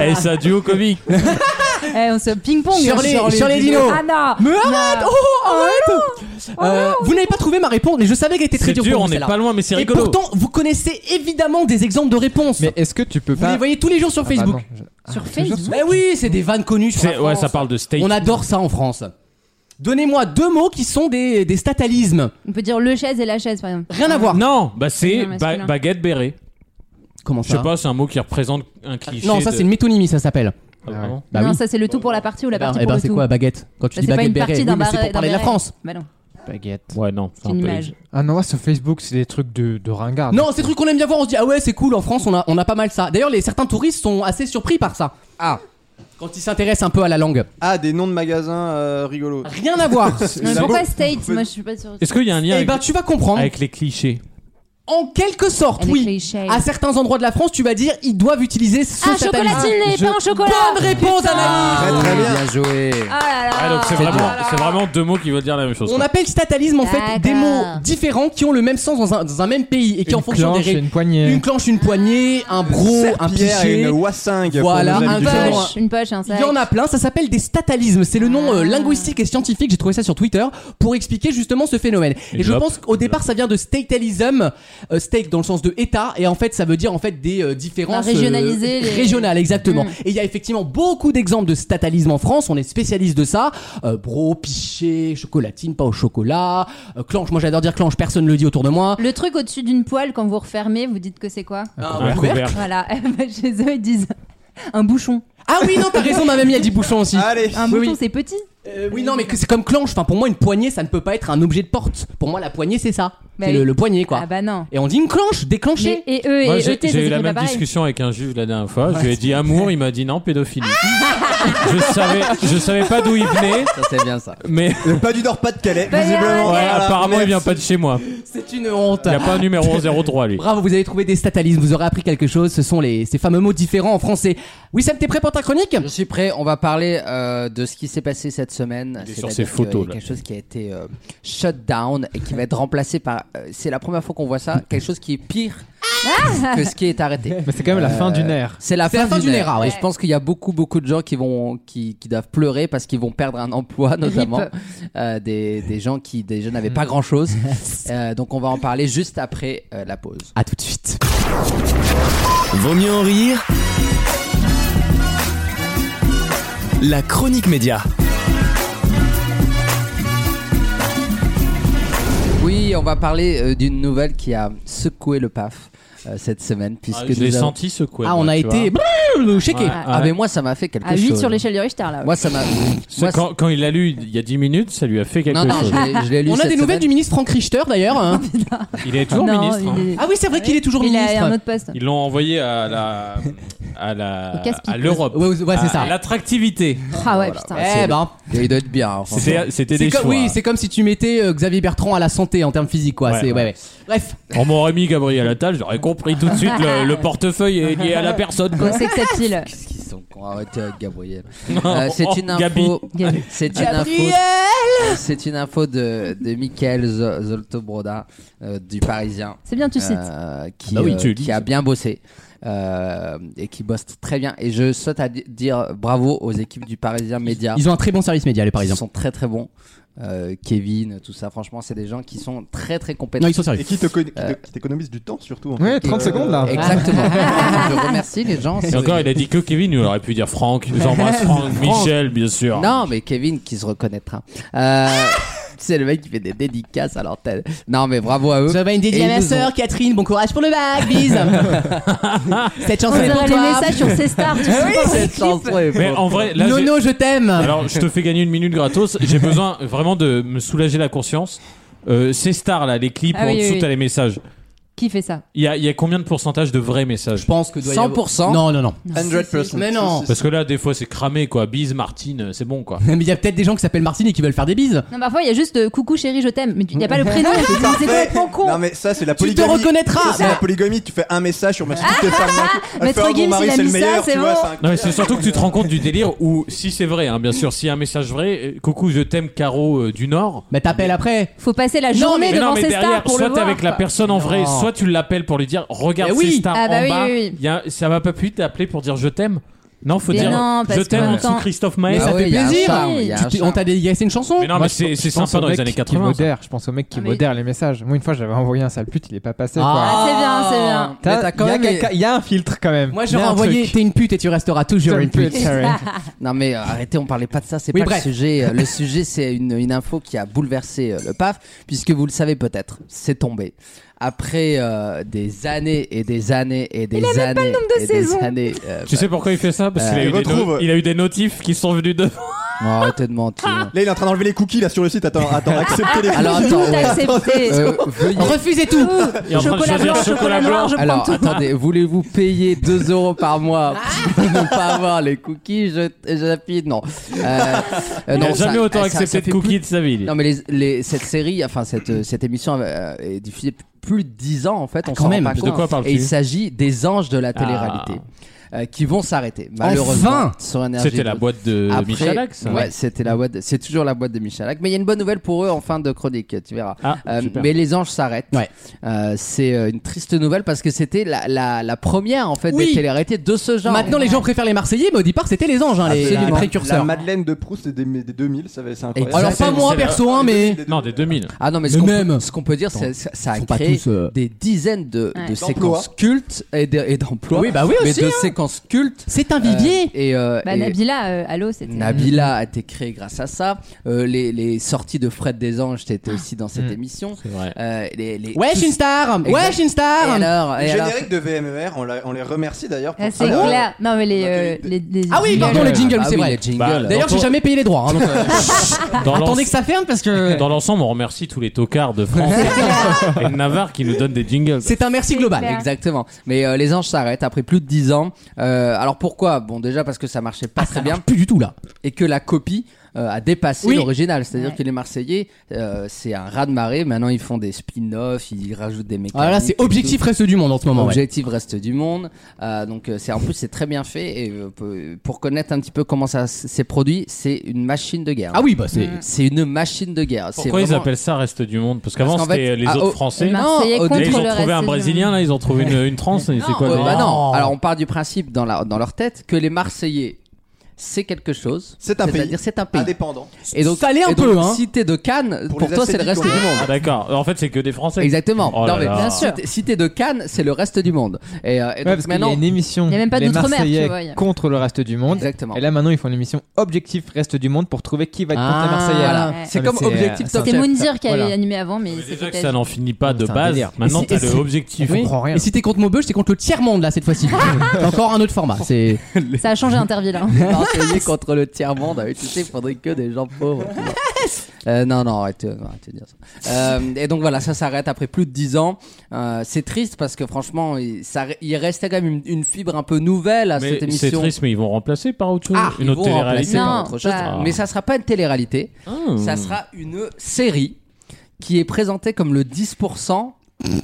Speaker 6: Et c'est un duo comique.
Speaker 4: Eh, on se ping-pong.
Speaker 2: Sur
Speaker 4: hein,
Speaker 2: les- sur les dinos.
Speaker 4: Ah non
Speaker 2: Mais arrête Oh arrête Euh, Vous n'avez pas trouvé ma réponse, mais je savais qu'elle était très
Speaker 6: C'est
Speaker 2: dure
Speaker 6: dur,
Speaker 2: pour
Speaker 6: on
Speaker 2: vous,
Speaker 6: n'est
Speaker 2: celle-là.
Speaker 6: pas loin, mais c'est
Speaker 2: Et
Speaker 6: rigolo.
Speaker 2: pourtant, vous connaissez évidemment des exemples de réponses.
Speaker 3: Mais est-ce que tu peux
Speaker 2: vous
Speaker 3: pas.
Speaker 2: les voyez tous les jours sur
Speaker 3: Ah bah
Speaker 2: Facebook.
Speaker 3: non, je-
Speaker 4: oh. Sur
Speaker 3: Ah,
Speaker 4: Facebook.
Speaker 3: toujours
Speaker 2: Mais oui, c'est des vannes connues sur
Speaker 6: C'est-
Speaker 2: la
Speaker 6: ouais,
Speaker 2: France.
Speaker 6: ça parle de steak.
Speaker 2: On adore ça en France. Donnez-moi deux mots qui sont des, des statalismes.
Speaker 4: On peut dire le chaise et la chaise, par exemple.
Speaker 2: Rien à voir.
Speaker 6: Non, bah c'est
Speaker 4: Non,
Speaker 6: ba-
Speaker 4: masculin.
Speaker 6: baguette béret.
Speaker 2: Comment
Speaker 6: Je sais
Speaker 2: ça
Speaker 6: pas, c'est un mot qui représente un cliché.
Speaker 2: Hein Ah, Non, ça
Speaker 6: de-
Speaker 2: c'est une métonymie, ça s'appelle.
Speaker 6: Ah, vraiment
Speaker 2: Bah
Speaker 4: non,
Speaker 2: oui.
Speaker 4: ça c'est le tout pour la partie ou la
Speaker 2: Eh ben-
Speaker 4: partie
Speaker 2: eh
Speaker 4: pour
Speaker 2: ben,
Speaker 4: le
Speaker 2: c'est
Speaker 4: tout.
Speaker 2: quoi baguette Quand tu
Speaker 4: Bah,
Speaker 2: dis
Speaker 4: c'est pas
Speaker 2: baguette
Speaker 4: une
Speaker 2: béret,
Speaker 4: partie
Speaker 2: oui,
Speaker 4: d'un
Speaker 2: mais c'est
Speaker 4: barret-
Speaker 2: pour parler de la
Speaker 4: d'un
Speaker 2: France.
Speaker 4: Bah non,
Speaker 3: Baguette.
Speaker 6: Ouais, non.
Speaker 4: c'est
Speaker 6: un
Speaker 4: une
Speaker 6: peu-
Speaker 4: image.
Speaker 3: Ah non, ouais, sur Facebook, c'est des trucs de, de ringards.
Speaker 2: Non, c'est trucs qu'on aime bien voir, on se dit ah ouais, c'est cool, en France on a, on a pas mal ça. D'ailleurs, les certains touristes sont assez surpris par ça.
Speaker 5: Ah.
Speaker 2: Quand ils s'intéressent un peu à la langue.
Speaker 7: Ah, des noms de magasins euh, rigolos.
Speaker 2: Rien à voir.
Speaker 4: Mais
Speaker 7: la
Speaker 4: pourquoi
Speaker 7: bouffe.
Speaker 4: States Moi je suis pas sûre.
Speaker 6: Est-ce qu'il y a un lien
Speaker 2: Eh
Speaker 6: avec,
Speaker 2: ben tu vas comprendre.
Speaker 6: avec les clichés
Speaker 2: En quelque sorte,
Speaker 4: Avec
Speaker 2: oui.
Speaker 4: les shades.
Speaker 2: À certains endroits de la France, tu vas dire ils doivent utiliser ce
Speaker 4: Ah,
Speaker 2: satanique.
Speaker 4: chocolatine,
Speaker 3: Je-
Speaker 4: pas en chocolat.
Speaker 2: Bonne réponse, Anaïs
Speaker 5: Ah,
Speaker 7: Très, très bien.
Speaker 5: bien joué.
Speaker 4: Ah là là.
Speaker 6: Ah, donc c'est vraiment, c'est vraiment deux mots qui veulent dire la même chose.
Speaker 2: On
Speaker 6: quoi.
Speaker 2: appelle statalisme en fait
Speaker 4: D'accord.
Speaker 2: des mots différents qui ont le même sens dans un, dans un même pays et qui
Speaker 3: Une
Speaker 2: en fonction
Speaker 3: clenche
Speaker 2: des
Speaker 3: et
Speaker 2: règles.
Speaker 3: une poignée.
Speaker 2: Une clenche, une poignée, un bro, un
Speaker 7: Pierre et
Speaker 2: pichet.
Speaker 7: une Wassing.
Speaker 2: Voilà,
Speaker 7: pour nos
Speaker 2: un
Speaker 7: amis
Speaker 4: Une
Speaker 7: du Nord.
Speaker 2: vraiment-
Speaker 4: poche, une poche, un
Speaker 2: Il
Speaker 4: sac.
Speaker 2: y en a plein, ça s'appelle des statalismes. C'est le
Speaker 4: Ah.
Speaker 2: nom euh, linguistique et scientifique, j'ai trouvé ça sur Twitter, pour expliquer justement ce phénomène. Et
Speaker 6: Une
Speaker 2: je
Speaker 6: lope.
Speaker 2: pense qu'au départ, ça vient de statalism, euh, state dans le sens de État, et en fait, ça veut dire en fait des euh, différences.
Speaker 4: Bah, régionaliser les-
Speaker 2: Régionales, exactement.
Speaker 4: Mm.
Speaker 2: Et il y a effectivement beaucoup d'exemples de statalisme en France, on est spécialiste de ça. Euh, bro, pichet, chocolatine, pas au chocolat, euh, clanche, moi j'adore dire clanche, personne le dit autour de moi.
Speaker 4: Le truc au-dessus d'une poêle, quand vous refermez, vous dites que c'est quoi
Speaker 6: Un couvert.
Speaker 4: Voilà. bah, Chez eux, ils disent un bouchon.
Speaker 2: Ah oui, non, t'as raison, ma mamie a dit bouchon aussi.
Speaker 7: Allez.
Speaker 4: Un
Speaker 2: Oui,
Speaker 4: bouchon,
Speaker 2: oui.
Speaker 4: c'est petit.
Speaker 2: Euh, oui, non, mais que- c'est comme clanche. Enfin, pour moi, une poignée, ça ne peut pas être un objet de porte. Pour moi, la poignée, c'est ça.
Speaker 4: Bah
Speaker 2: c'est
Speaker 4: oui.
Speaker 2: le, le poignet, quoi.
Speaker 4: Ah bah non.
Speaker 2: Et on dit une clenche,
Speaker 4: Mais-
Speaker 2: déclenchée.
Speaker 4: et eux
Speaker 6: Moi,
Speaker 4: et
Speaker 6: j'ai
Speaker 4: ET, ça
Speaker 6: j'ai eu la
Speaker 4: s'écrit pas
Speaker 6: même
Speaker 4: pareil.
Speaker 6: discussion avec un juge la dernière fois. Je lui ai dit amour, il m'a dit non, pédophilie. je savais, je savais pas d'où il venait,
Speaker 5: Ça, c'est bien ça.
Speaker 6: mais
Speaker 7: Le pas du Nord, pas de Calais,
Speaker 4: Bah,
Speaker 6: Ouais,
Speaker 7: visiblement. Voilà,
Speaker 6: apparemment il
Speaker 7: merci.
Speaker 6: vient pas de chez moi.
Speaker 2: C'est une honte.
Speaker 6: Il y a pas un numéro 03 lui.
Speaker 2: Bravo, vous avez trouvé des statalismes, vous aurez appris quelque chose. Ce sont les, ces fameux mots différents en français. Oui, Sam, t'es prêt pour ta chronique
Speaker 5: Je suis prêt. On va parler euh, de ce qui s'est passé cette semaine.
Speaker 6: Il est
Speaker 5: C'est
Speaker 6: sur
Speaker 5: à
Speaker 6: ses
Speaker 5: dire qu'il y a
Speaker 6: photos, là.
Speaker 5: Quelque chose qui a été euh, shut down et qui va être remplacé par. euh, c'est la première fois qu'on voit ça. Quelque chose qui est pire
Speaker 4: ah
Speaker 5: que ce qui est arrêté.
Speaker 3: Mais c'est quand même la
Speaker 6: Euh,
Speaker 3: fin d'une ère.
Speaker 5: C'est la
Speaker 2: C'est
Speaker 5: fin,
Speaker 2: la fin d'une
Speaker 5: ère.
Speaker 2: ère, ouais.
Speaker 5: Et je pense qu'il y a beaucoup, beaucoup de gens qui vont, qui, qui doivent pleurer parce qu'ils vont perdre un emploi, notamment Euh, des, des gens qui déjà n'avaient pas grand chose. donc on va en parler juste après euh, la pause.
Speaker 2: À tout de suite.
Speaker 1: Vaut mieux en rire. La chronique média.
Speaker 5: Oui, on va parler euh, d'une nouvelle qui a secoué le PAF euh, cette semaine puisque
Speaker 6: Ah, je l'ai
Speaker 5: nous avons-
Speaker 6: senti secouer.
Speaker 2: ah, on
Speaker 6: moi,
Speaker 2: a
Speaker 6: bah, tu vois.
Speaker 2: été checké.
Speaker 6: Ouais,
Speaker 5: Ah
Speaker 6: ouais.
Speaker 5: mais moi ça m'a fait quelque
Speaker 4: À 8
Speaker 5: chose.
Speaker 4: Ah,
Speaker 5: euh,
Speaker 4: sur l'échelle de Richter là. ouais.
Speaker 5: Moi ça m'a.
Speaker 6: C'est
Speaker 5: moi,
Speaker 6: quand, quand il l'a lu il y a 10 minutes, ça lui a fait quelque
Speaker 5: Non non,
Speaker 6: chose.
Speaker 5: je l'ai- je l'ai lu.
Speaker 2: On a
Speaker 5: cette
Speaker 2: des nouvelles du
Speaker 5: semaine.
Speaker 2: ministre Franck Richter d'ailleurs. hein.
Speaker 6: Il est toujours
Speaker 4: Non,
Speaker 6: ministre. hein.
Speaker 4: il est-
Speaker 2: Ah oui, c'est vrai qu'il est toujours
Speaker 4: Il
Speaker 2: ministre.
Speaker 4: a un autre poste.
Speaker 6: Ils l'ont envoyé à la à
Speaker 4: Au
Speaker 6: la
Speaker 4: casse-pipe.
Speaker 6: à l'Europe.
Speaker 2: Ouais, ouais, ouais, c'est ça.
Speaker 6: À- à L'attractivité.
Speaker 4: Ah ouais, putain.
Speaker 2: Eh ben,
Speaker 5: Il doit être bien. hein, franchement.
Speaker 6: C'était c'était
Speaker 2: c'est
Speaker 6: des
Speaker 2: comme-
Speaker 6: choix.
Speaker 2: oui, c'est comme si tu mettais euh, Xavier Bertrand à la santé en termes physiques, quoi.
Speaker 6: Ouais,
Speaker 2: c'est, ouais,
Speaker 6: ouais.
Speaker 2: ouais. Bref.
Speaker 6: On m'aurait mis Gabriel Attal, j'aurais compris tout de suite le, le portefeuille est lié à la personne.
Speaker 4: Quoi, c'est que cette pile
Speaker 5: Qu'est-ce qu'ils sont cons Arrêtez avec Gabriel. Euh, c'est
Speaker 6: Oh,
Speaker 5: une
Speaker 6: Gabi.
Speaker 5: info. C'est une info.
Speaker 2: Gabriel
Speaker 5: C'est une info de, de Michael Zo- Zoltobroda euh, du Parisien
Speaker 4: Ah, C'est bien, tu cites.
Speaker 5: euh, qui,
Speaker 6: Bah oui,
Speaker 5: euh,
Speaker 6: tu
Speaker 5: qui
Speaker 6: lis.
Speaker 5: a bien bossé. euh, et qui bossent très bien. Et je saute à di- dire bravo aux équipes du Parisien Média.
Speaker 2: Ils ont un très bon service média, les Parisiens.
Speaker 5: Ils sont très très bons. Euh, Kevin, tout ça, franchement, c'est des gens qui sont très très compétents.
Speaker 2: Non, ils sont sérieux.
Speaker 7: Et qui te conna- qui te-
Speaker 5: Euh,
Speaker 7: qui t'économise du temps surtout. en
Speaker 3: Ouais,
Speaker 7: fait.
Speaker 3: 30
Speaker 7: Euh,
Speaker 3: secondes, là.
Speaker 5: Exactement. je remercie les gens.
Speaker 6: Et encore, il a dit que Kevin, il aurait pu dire Franck. J'embrasse Franck, Michel, bien sûr.
Speaker 5: Non, mais Kevin qui se reconnaîtra. Euh, c'est le mec qui fait des dédicaces à l'antenne. Non, mais bravo à eux.
Speaker 2: Ça va une dédiée
Speaker 5: Et
Speaker 2: à
Speaker 5: ils
Speaker 2: ma
Speaker 5: nous ont-
Speaker 2: sœur, Catherine. Bon courage pour le bac, bise. Cette chanson
Speaker 4: On
Speaker 2: est pour
Speaker 4: dirait les
Speaker 2: toi.
Speaker 4: messages sur ces stars, tu sais
Speaker 2: Oui,
Speaker 4: pas, dans les
Speaker 5: cette
Speaker 4: clips.
Speaker 5: chanson est
Speaker 6: Mais
Speaker 5: forte.
Speaker 6: en vrai, là, j'ai-
Speaker 2: Nono, je t'aime.
Speaker 6: Alors, je te fais gagner une minute gratos. J'ai besoin vraiment de me soulager la conscience. Euh, ces stars là, les clips
Speaker 4: Ah
Speaker 6: en
Speaker 4: oui, oui,
Speaker 6: dessous,
Speaker 4: oui.
Speaker 6: t'as les messages.
Speaker 4: Qui fait ça
Speaker 6: Il y a, il y a combien de pourcentage de vrais messages
Speaker 2: Je pense que doit y avoir-
Speaker 5: 100%.
Speaker 2: Non, non, non.
Speaker 5: 100%.
Speaker 2: Mais non.
Speaker 6: Parce que là, des fois, c'est cramé quoi. Bise, Martine, euh, c'est bon quoi.
Speaker 2: Mais il y a peut-être des gens qui s'appellent Martine et qui veulent faire des bises.
Speaker 4: Non, parfois il y a juste euh, coucou chérie, je t'aime, mais il n'y a pas le prénom, c'est- c'est complètement con.
Speaker 7: Non mais ça c'est la
Speaker 2: Tu te
Speaker 7: polygamie.
Speaker 2: reconnaîtras.
Speaker 7: Ça, C'est la polygamie. Tu fais un message sur ma société
Speaker 4: Maître Gims, il a
Speaker 7: oh, c'est
Speaker 4: mis
Speaker 7: le
Speaker 4: ça,
Speaker 7: meilleur.
Speaker 4: c'est
Speaker 7: Tu vois,
Speaker 4: bon.
Speaker 7: c'est un-
Speaker 6: Non, mais c'est surtout que tu te rends compte du délire où, si c'est vrai, hein, bien sûr, si y a un message vrai, euh, coucou, je t'aime, Caro euh, du Nord.
Speaker 2: Mais t'appelles après.
Speaker 4: Faut passer la
Speaker 2: Non,
Speaker 4: journée
Speaker 6: Mais
Speaker 4: devant
Speaker 6: non, mais
Speaker 4: ces stars
Speaker 6: derrière,
Speaker 4: pour
Speaker 6: soit
Speaker 4: le
Speaker 6: t'es
Speaker 4: voir.
Speaker 6: avec la personne en vrai,
Speaker 2: Non.
Speaker 6: soit tu l'appelles pour lui dire regarde
Speaker 2: Eh oui.
Speaker 6: ces stars
Speaker 4: Ah bah
Speaker 6: en
Speaker 4: oui,
Speaker 6: bas.
Speaker 4: oui, oui.
Speaker 6: Il y a- ça va pas plus t'appeler pour dire je t'aime. Non, faut
Speaker 4: Mais
Speaker 6: dire
Speaker 4: non, parce
Speaker 6: je t'aime
Speaker 4: qu'en
Speaker 6: en
Speaker 4: même
Speaker 6: dessous
Speaker 4: temps-
Speaker 6: Christophe Maé.
Speaker 5: Mais
Speaker 2: ça
Speaker 5: Bah oui,
Speaker 2: fait
Speaker 5: il y a un
Speaker 2: plaisir.
Speaker 5: charme, il y a
Speaker 2: Tu
Speaker 5: un
Speaker 2: t'es-
Speaker 5: charme.
Speaker 2: On t'a dédicacé une chanson.
Speaker 6: Ah, Mais non,
Speaker 3: Moi,
Speaker 6: mais
Speaker 3: je
Speaker 6: c'est
Speaker 3: pense-
Speaker 6: c'est
Speaker 3: je pense
Speaker 6: sympa
Speaker 3: au
Speaker 6: dans les
Speaker 3: mec
Speaker 6: années
Speaker 3: qui
Speaker 6: 80. ça.
Speaker 3: modère. Je pense au mec qui
Speaker 4: Ah, mais-
Speaker 3: modère les messages. Moi, une fois, j'avais envoyé un sale pute, il est pas passé.
Speaker 4: Ah,
Speaker 3: quoi.
Speaker 4: c'est bien, c'est bien.
Speaker 3: T'as-
Speaker 5: Ah. Mais t'as quand
Speaker 3: il y a
Speaker 5: même-
Speaker 3: quelqu'un- Il y a un filtre quand même.
Speaker 2: Moi,
Speaker 3: Il y
Speaker 2: j'aurais
Speaker 3: a un
Speaker 2: envoyé
Speaker 3: truc.
Speaker 2: T'es une pute et tu resteras toujours une pute.
Speaker 5: Non mais euh, arrêtez, on parlait pas de ça, c'est
Speaker 2: Oui,
Speaker 5: pas
Speaker 2: bref.
Speaker 5: le sujet. Euh, Le sujet, c'est une, une info qui a bouleversé euh, le PAF, puisque vous le savez peut-être, c'est tombé. Après euh, des années et des années et des années
Speaker 4: nombre de
Speaker 5: et
Speaker 4: saisons.
Speaker 5: des années, euh,
Speaker 6: Tu sais pourquoi il fait ça Parce qu'il a,
Speaker 7: Euh,
Speaker 6: eu
Speaker 7: il
Speaker 6: des no-
Speaker 7: retrouve-
Speaker 6: il a eu des notifs qui sont venus de.
Speaker 5: non, Oh, arrêtez de mentir.
Speaker 7: Là il est en train d'enlever les cookies là sur le site. Attends, attends, acceptez les.
Speaker 5: Alors
Speaker 4: Tout
Speaker 5: attends, ouais.
Speaker 4: accepté.
Speaker 5: Euh, veuillez-
Speaker 2: Refusez tout.
Speaker 6: Il est en train de
Speaker 4: Chocolat
Speaker 6: choisir
Speaker 4: blanc, chocolat
Speaker 6: chocolat blanc.
Speaker 4: noir, je prends
Speaker 5: Alors
Speaker 4: tout. Ah.
Speaker 5: attendez, voulez-vous payer 2 euros par mois pour ne pas avoir les cookies Je j'appuie non. Euh, euh,
Speaker 6: Il
Speaker 5: non,
Speaker 6: n'a jamais
Speaker 5: ça-
Speaker 6: autant
Speaker 5: ça- ça
Speaker 6: accepté
Speaker 5: fait
Speaker 6: de cookies de sa vie. lui.
Speaker 5: Non mais les, les- cette série, enfin cette, euh, cette émission euh, est diffusée depuis plus de 10 ans en
Speaker 6: Ah,
Speaker 5: fait, on
Speaker 2: quand
Speaker 5: s'en rend
Speaker 2: même,
Speaker 5: pas
Speaker 2: de
Speaker 5: compte.
Speaker 6: quoi parles-tu Ah.
Speaker 5: Et il s'agit des anges de la télé-réalité euh, qui vont s'arrêter malheureusement
Speaker 2: Enfin
Speaker 5: sur Énergie
Speaker 6: C'était la
Speaker 5: Douce.
Speaker 6: boîte de
Speaker 5: Après-
Speaker 6: Michalak, ça.
Speaker 5: Ouais, c'était la boîte. C'est toujours la boîte de Michalak. Mais il y a une bonne nouvelle pour eux en fin de chronique, tu verras.
Speaker 6: Ah,
Speaker 5: Euh,
Speaker 6: super.
Speaker 5: mais les anges s'arrêtent.
Speaker 2: Ouais.
Speaker 5: Euh, c'est euh, une triste nouvelle parce que c'était la, la, la première en fait
Speaker 2: Oui.
Speaker 5: des téléréalités de ce genre.
Speaker 2: Maintenant, les gens préfèrent les Marseillais, mais au départ, c'était les anges, hein, les,
Speaker 7: Absolument.
Speaker 2: les
Speaker 7: La
Speaker 2: précurseurs.
Speaker 7: Madeleine de Proust des, des 2000, ça va- c'est incroyable.
Speaker 5: Exactement.
Speaker 2: Alors, pas moi
Speaker 6: C'est la-
Speaker 2: perso, hein, mais.
Speaker 6: Non, des 2000.
Speaker 5: Ah non mais ce
Speaker 2: Mais
Speaker 5: qu'on
Speaker 2: même.
Speaker 5: peut, ce qu'on peut dire c'est ça, ça a
Speaker 2: Ils sont pas
Speaker 5: créé
Speaker 2: tous, euh,
Speaker 5: des dizaines de,
Speaker 4: Ouais.
Speaker 5: de
Speaker 4: D'emplois.
Speaker 5: séquences cultes et de- et d'emplois.
Speaker 2: Oui, bah oui,
Speaker 5: mais
Speaker 2: aussi,
Speaker 5: de
Speaker 2: hein.
Speaker 5: séquences cultes.
Speaker 2: C'est un
Speaker 5: Euh,
Speaker 2: vivier.
Speaker 5: et, euh,
Speaker 4: Bah,
Speaker 5: et-
Speaker 4: Nabila, euh, allô, c'était.
Speaker 5: Nabila a été créée grâce à ça. Euh, les, les sorties de Fred des Anges étaient aussi dans
Speaker 2: Hmm.
Speaker 5: cette émission.
Speaker 6: C'est vrai.
Speaker 5: Euh, les, les-
Speaker 2: Wesh
Speaker 5: tous-
Speaker 2: une star
Speaker 5: Exact.
Speaker 2: Wesh une
Speaker 5: Et
Speaker 2: star
Speaker 5: alors,
Speaker 7: Le
Speaker 5: Ah, et alors-
Speaker 7: générique de VMER, on, l'a- on les remercie d'ailleurs. pour
Speaker 4: Ah,
Speaker 7: ça.
Speaker 4: c'est
Speaker 7: Ah,
Speaker 4: clair. Non, mais les.
Speaker 7: On a
Speaker 4: euh,
Speaker 7: fait
Speaker 4: les, les-
Speaker 2: Ah oui,
Speaker 4: les-
Speaker 2: pardon, les jingles,
Speaker 5: Ah
Speaker 2: c'est
Speaker 5: oui,
Speaker 2: vrai.
Speaker 5: les jingles.
Speaker 6: Bah, alors-
Speaker 2: D'ailleurs, j'ai jamais payé les droits. hein, donc, euh,
Speaker 6: Dans
Speaker 2: attendez
Speaker 6: l'ensemble-
Speaker 2: que ça ferme parce que
Speaker 6: Dans l'ensemble, on remercie tous les tocards de France et de Navarre qui nous donnent des jingles.
Speaker 2: c'est un merci
Speaker 4: C'est
Speaker 2: global.
Speaker 4: clair.
Speaker 5: Exactement. Mais euh, les anges s'arrêtent après plus de 10 ans. Euh, alors pourquoi Bon, déjà parce que ça marchait pas très bien
Speaker 2: Plus du tout là.
Speaker 5: et que la copie euh, a dépassé
Speaker 2: Oui.
Speaker 5: l'original. C'est-à-dire
Speaker 4: Ouais.
Speaker 5: que les Marseillais, euh, c'est un raz-de-marée. Maintenant, ils font des spin-offs, ils rajoutent des mécaniques.
Speaker 2: Ah là, c'est
Speaker 5: et
Speaker 2: objectif reste du monde en ce
Speaker 5: tout.
Speaker 2: moment.
Speaker 12: Ah
Speaker 2: ouais.
Speaker 5: Objectif reste du monde. Euh, donc, euh, c'est en plus, c'est très bien fait. Et euh, pour- pour connaître un petit peu comment ça s- s'est produit, c'est une machine de guerre.
Speaker 2: Ah oui, bah c'est.
Speaker 5: C'est une machine de guerre. C'est
Speaker 6: Pourquoi ils
Speaker 5: vraiment-
Speaker 6: appellent ça Reste du Monde Parce qu'avant,
Speaker 5: Parce qu'en
Speaker 6: c'était
Speaker 5: fait-
Speaker 6: les
Speaker 5: ah,
Speaker 6: autres
Speaker 5: oh,
Speaker 6: Français.
Speaker 4: Les
Speaker 5: Non,
Speaker 4: Marseillais
Speaker 5: au
Speaker 4: contre
Speaker 6: Là, ils
Speaker 4: le
Speaker 6: ont trouvé un
Speaker 4: reste du
Speaker 6: Brésilien,
Speaker 4: monde.
Speaker 6: là, ils ont trouvé une, une trans. et C'est
Speaker 5: euh, Non,
Speaker 6: quoi le
Speaker 5: euh,
Speaker 6: délire
Speaker 5: bah
Speaker 2: délire
Speaker 5: non. Alors on part du principe dans, la- dans leur tête que les Marseillais c'est quelque chose.
Speaker 7: C'est un
Speaker 5: C'est-à-dire
Speaker 7: pays.
Speaker 5: c'est un pays.
Speaker 7: Indépendant.
Speaker 5: Et donc
Speaker 2: Ça l'est un
Speaker 5: et donc,
Speaker 2: peu, hein.
Speaker 5: Si t'es de Cannes, pour,
Speaker 7: Pour les
Speaker 5: toi c'est le reste
Speaker 7: ascétiques,
Speaker 5: du
Speaker 7: on-
Speaker 5: monde.
Speaker 6: Ah, d'accord. En fait, c'est que des Français.
Speaker 5: Exactement.
Speaker 6: Oh
Speaker 5: non
Speaker 6: là
Speaker 5: mais
Speaker 6: là. Bien
Speaker 5: si t'es- si t'es de Cannes, c'est le reste du monde. Et, euh, et
Speaker 3: Ouais,
Speaker 5: donc
Speaker 3: parce qu'il y a
Speaker 5: maintenant,
Speaker 3: une émission
Speaker 4: Il y a même pas
Speaker 3: les
Speaker 4: d'outre-mer, tu
Speaker 3: Marseillais
Speaker 4: vois, il y a-
Speaker 3: contre le reste du monde.
Speaker 5: exactement.
Speaker 3: Et là maintenant ils font l'émission Objectif Reste du Monde pour trouver qui va être contre
Speaker 2: Ah,
Speaker 3: les Marseillais.
Speaker 5: voilà.
Speaker 4: Ouais.
Speaker 5: C'est
Speaker 3: Ah, mais
Speaker 5: comme
Speaker 3: c'est,
Speaker 5: objectif
Speaker 3: euh,
Speaker 5: top
Speaker 4: C'était
Speaker 5: chef.
Speaker 4: Mounzir qui avait
Speaker 3: Voilà.
Speaker 4: animé avant, mais
Speaker 6: Mais
Speaker 4: c'était
Speaker 6: Déjà que ça n'en finit pas de
Speaker 3: C'est un
Speaker 6: base.
Speaker 3: délire.
Speaker 6: Maintenant,
Speaker 2: Et c'est-
Speaker 6: t'as
Speaker 2: et
Speaker 6: le
Speaker 2: c'est-
Speaker 6: objectif.
Speaker 2: Oui.
Speaker 3: comprends rien.
Speaker 2: Et si t'es contre Maubeuge, t'es contre le tiers monde là cette fois-ci. C'est encore un autre format. C'est
Speaker 4: ça a changé Interville. hein.
Speaker 5: Marseillais contre le tiers monde. Tu sais, il faudrait que des gens pauvres. Euh, non, non, arrête, euh, non, arrête de dire ça. Euh, et donc voilà, ça s'arrête après plus de 10 ans. Euh, c'est triste parce que franchement, il, ça- il restait quand même une, une fibre un peu nouvelle à cette
Speaker 6: Mais c'est
Speaker 5: émission.
Speaker 6: triste, mais ils vont remplacer par autre chose.
Speaker 5: Ah,
Speaker 6: une
Speaker 5: ils
Speaker 6: autre
Speaker 5: vont remplacer
Speaker 6: télé-réalité.
Speaker 4: Non,
Speaker 5: par autre chose.
Speaker 4: bah-
Speaker 5: Mais ça sera pas une télé-réalité,
Speaker 6: Ah.
Speaker 5: ça sera une série qui est présentée comme le 10%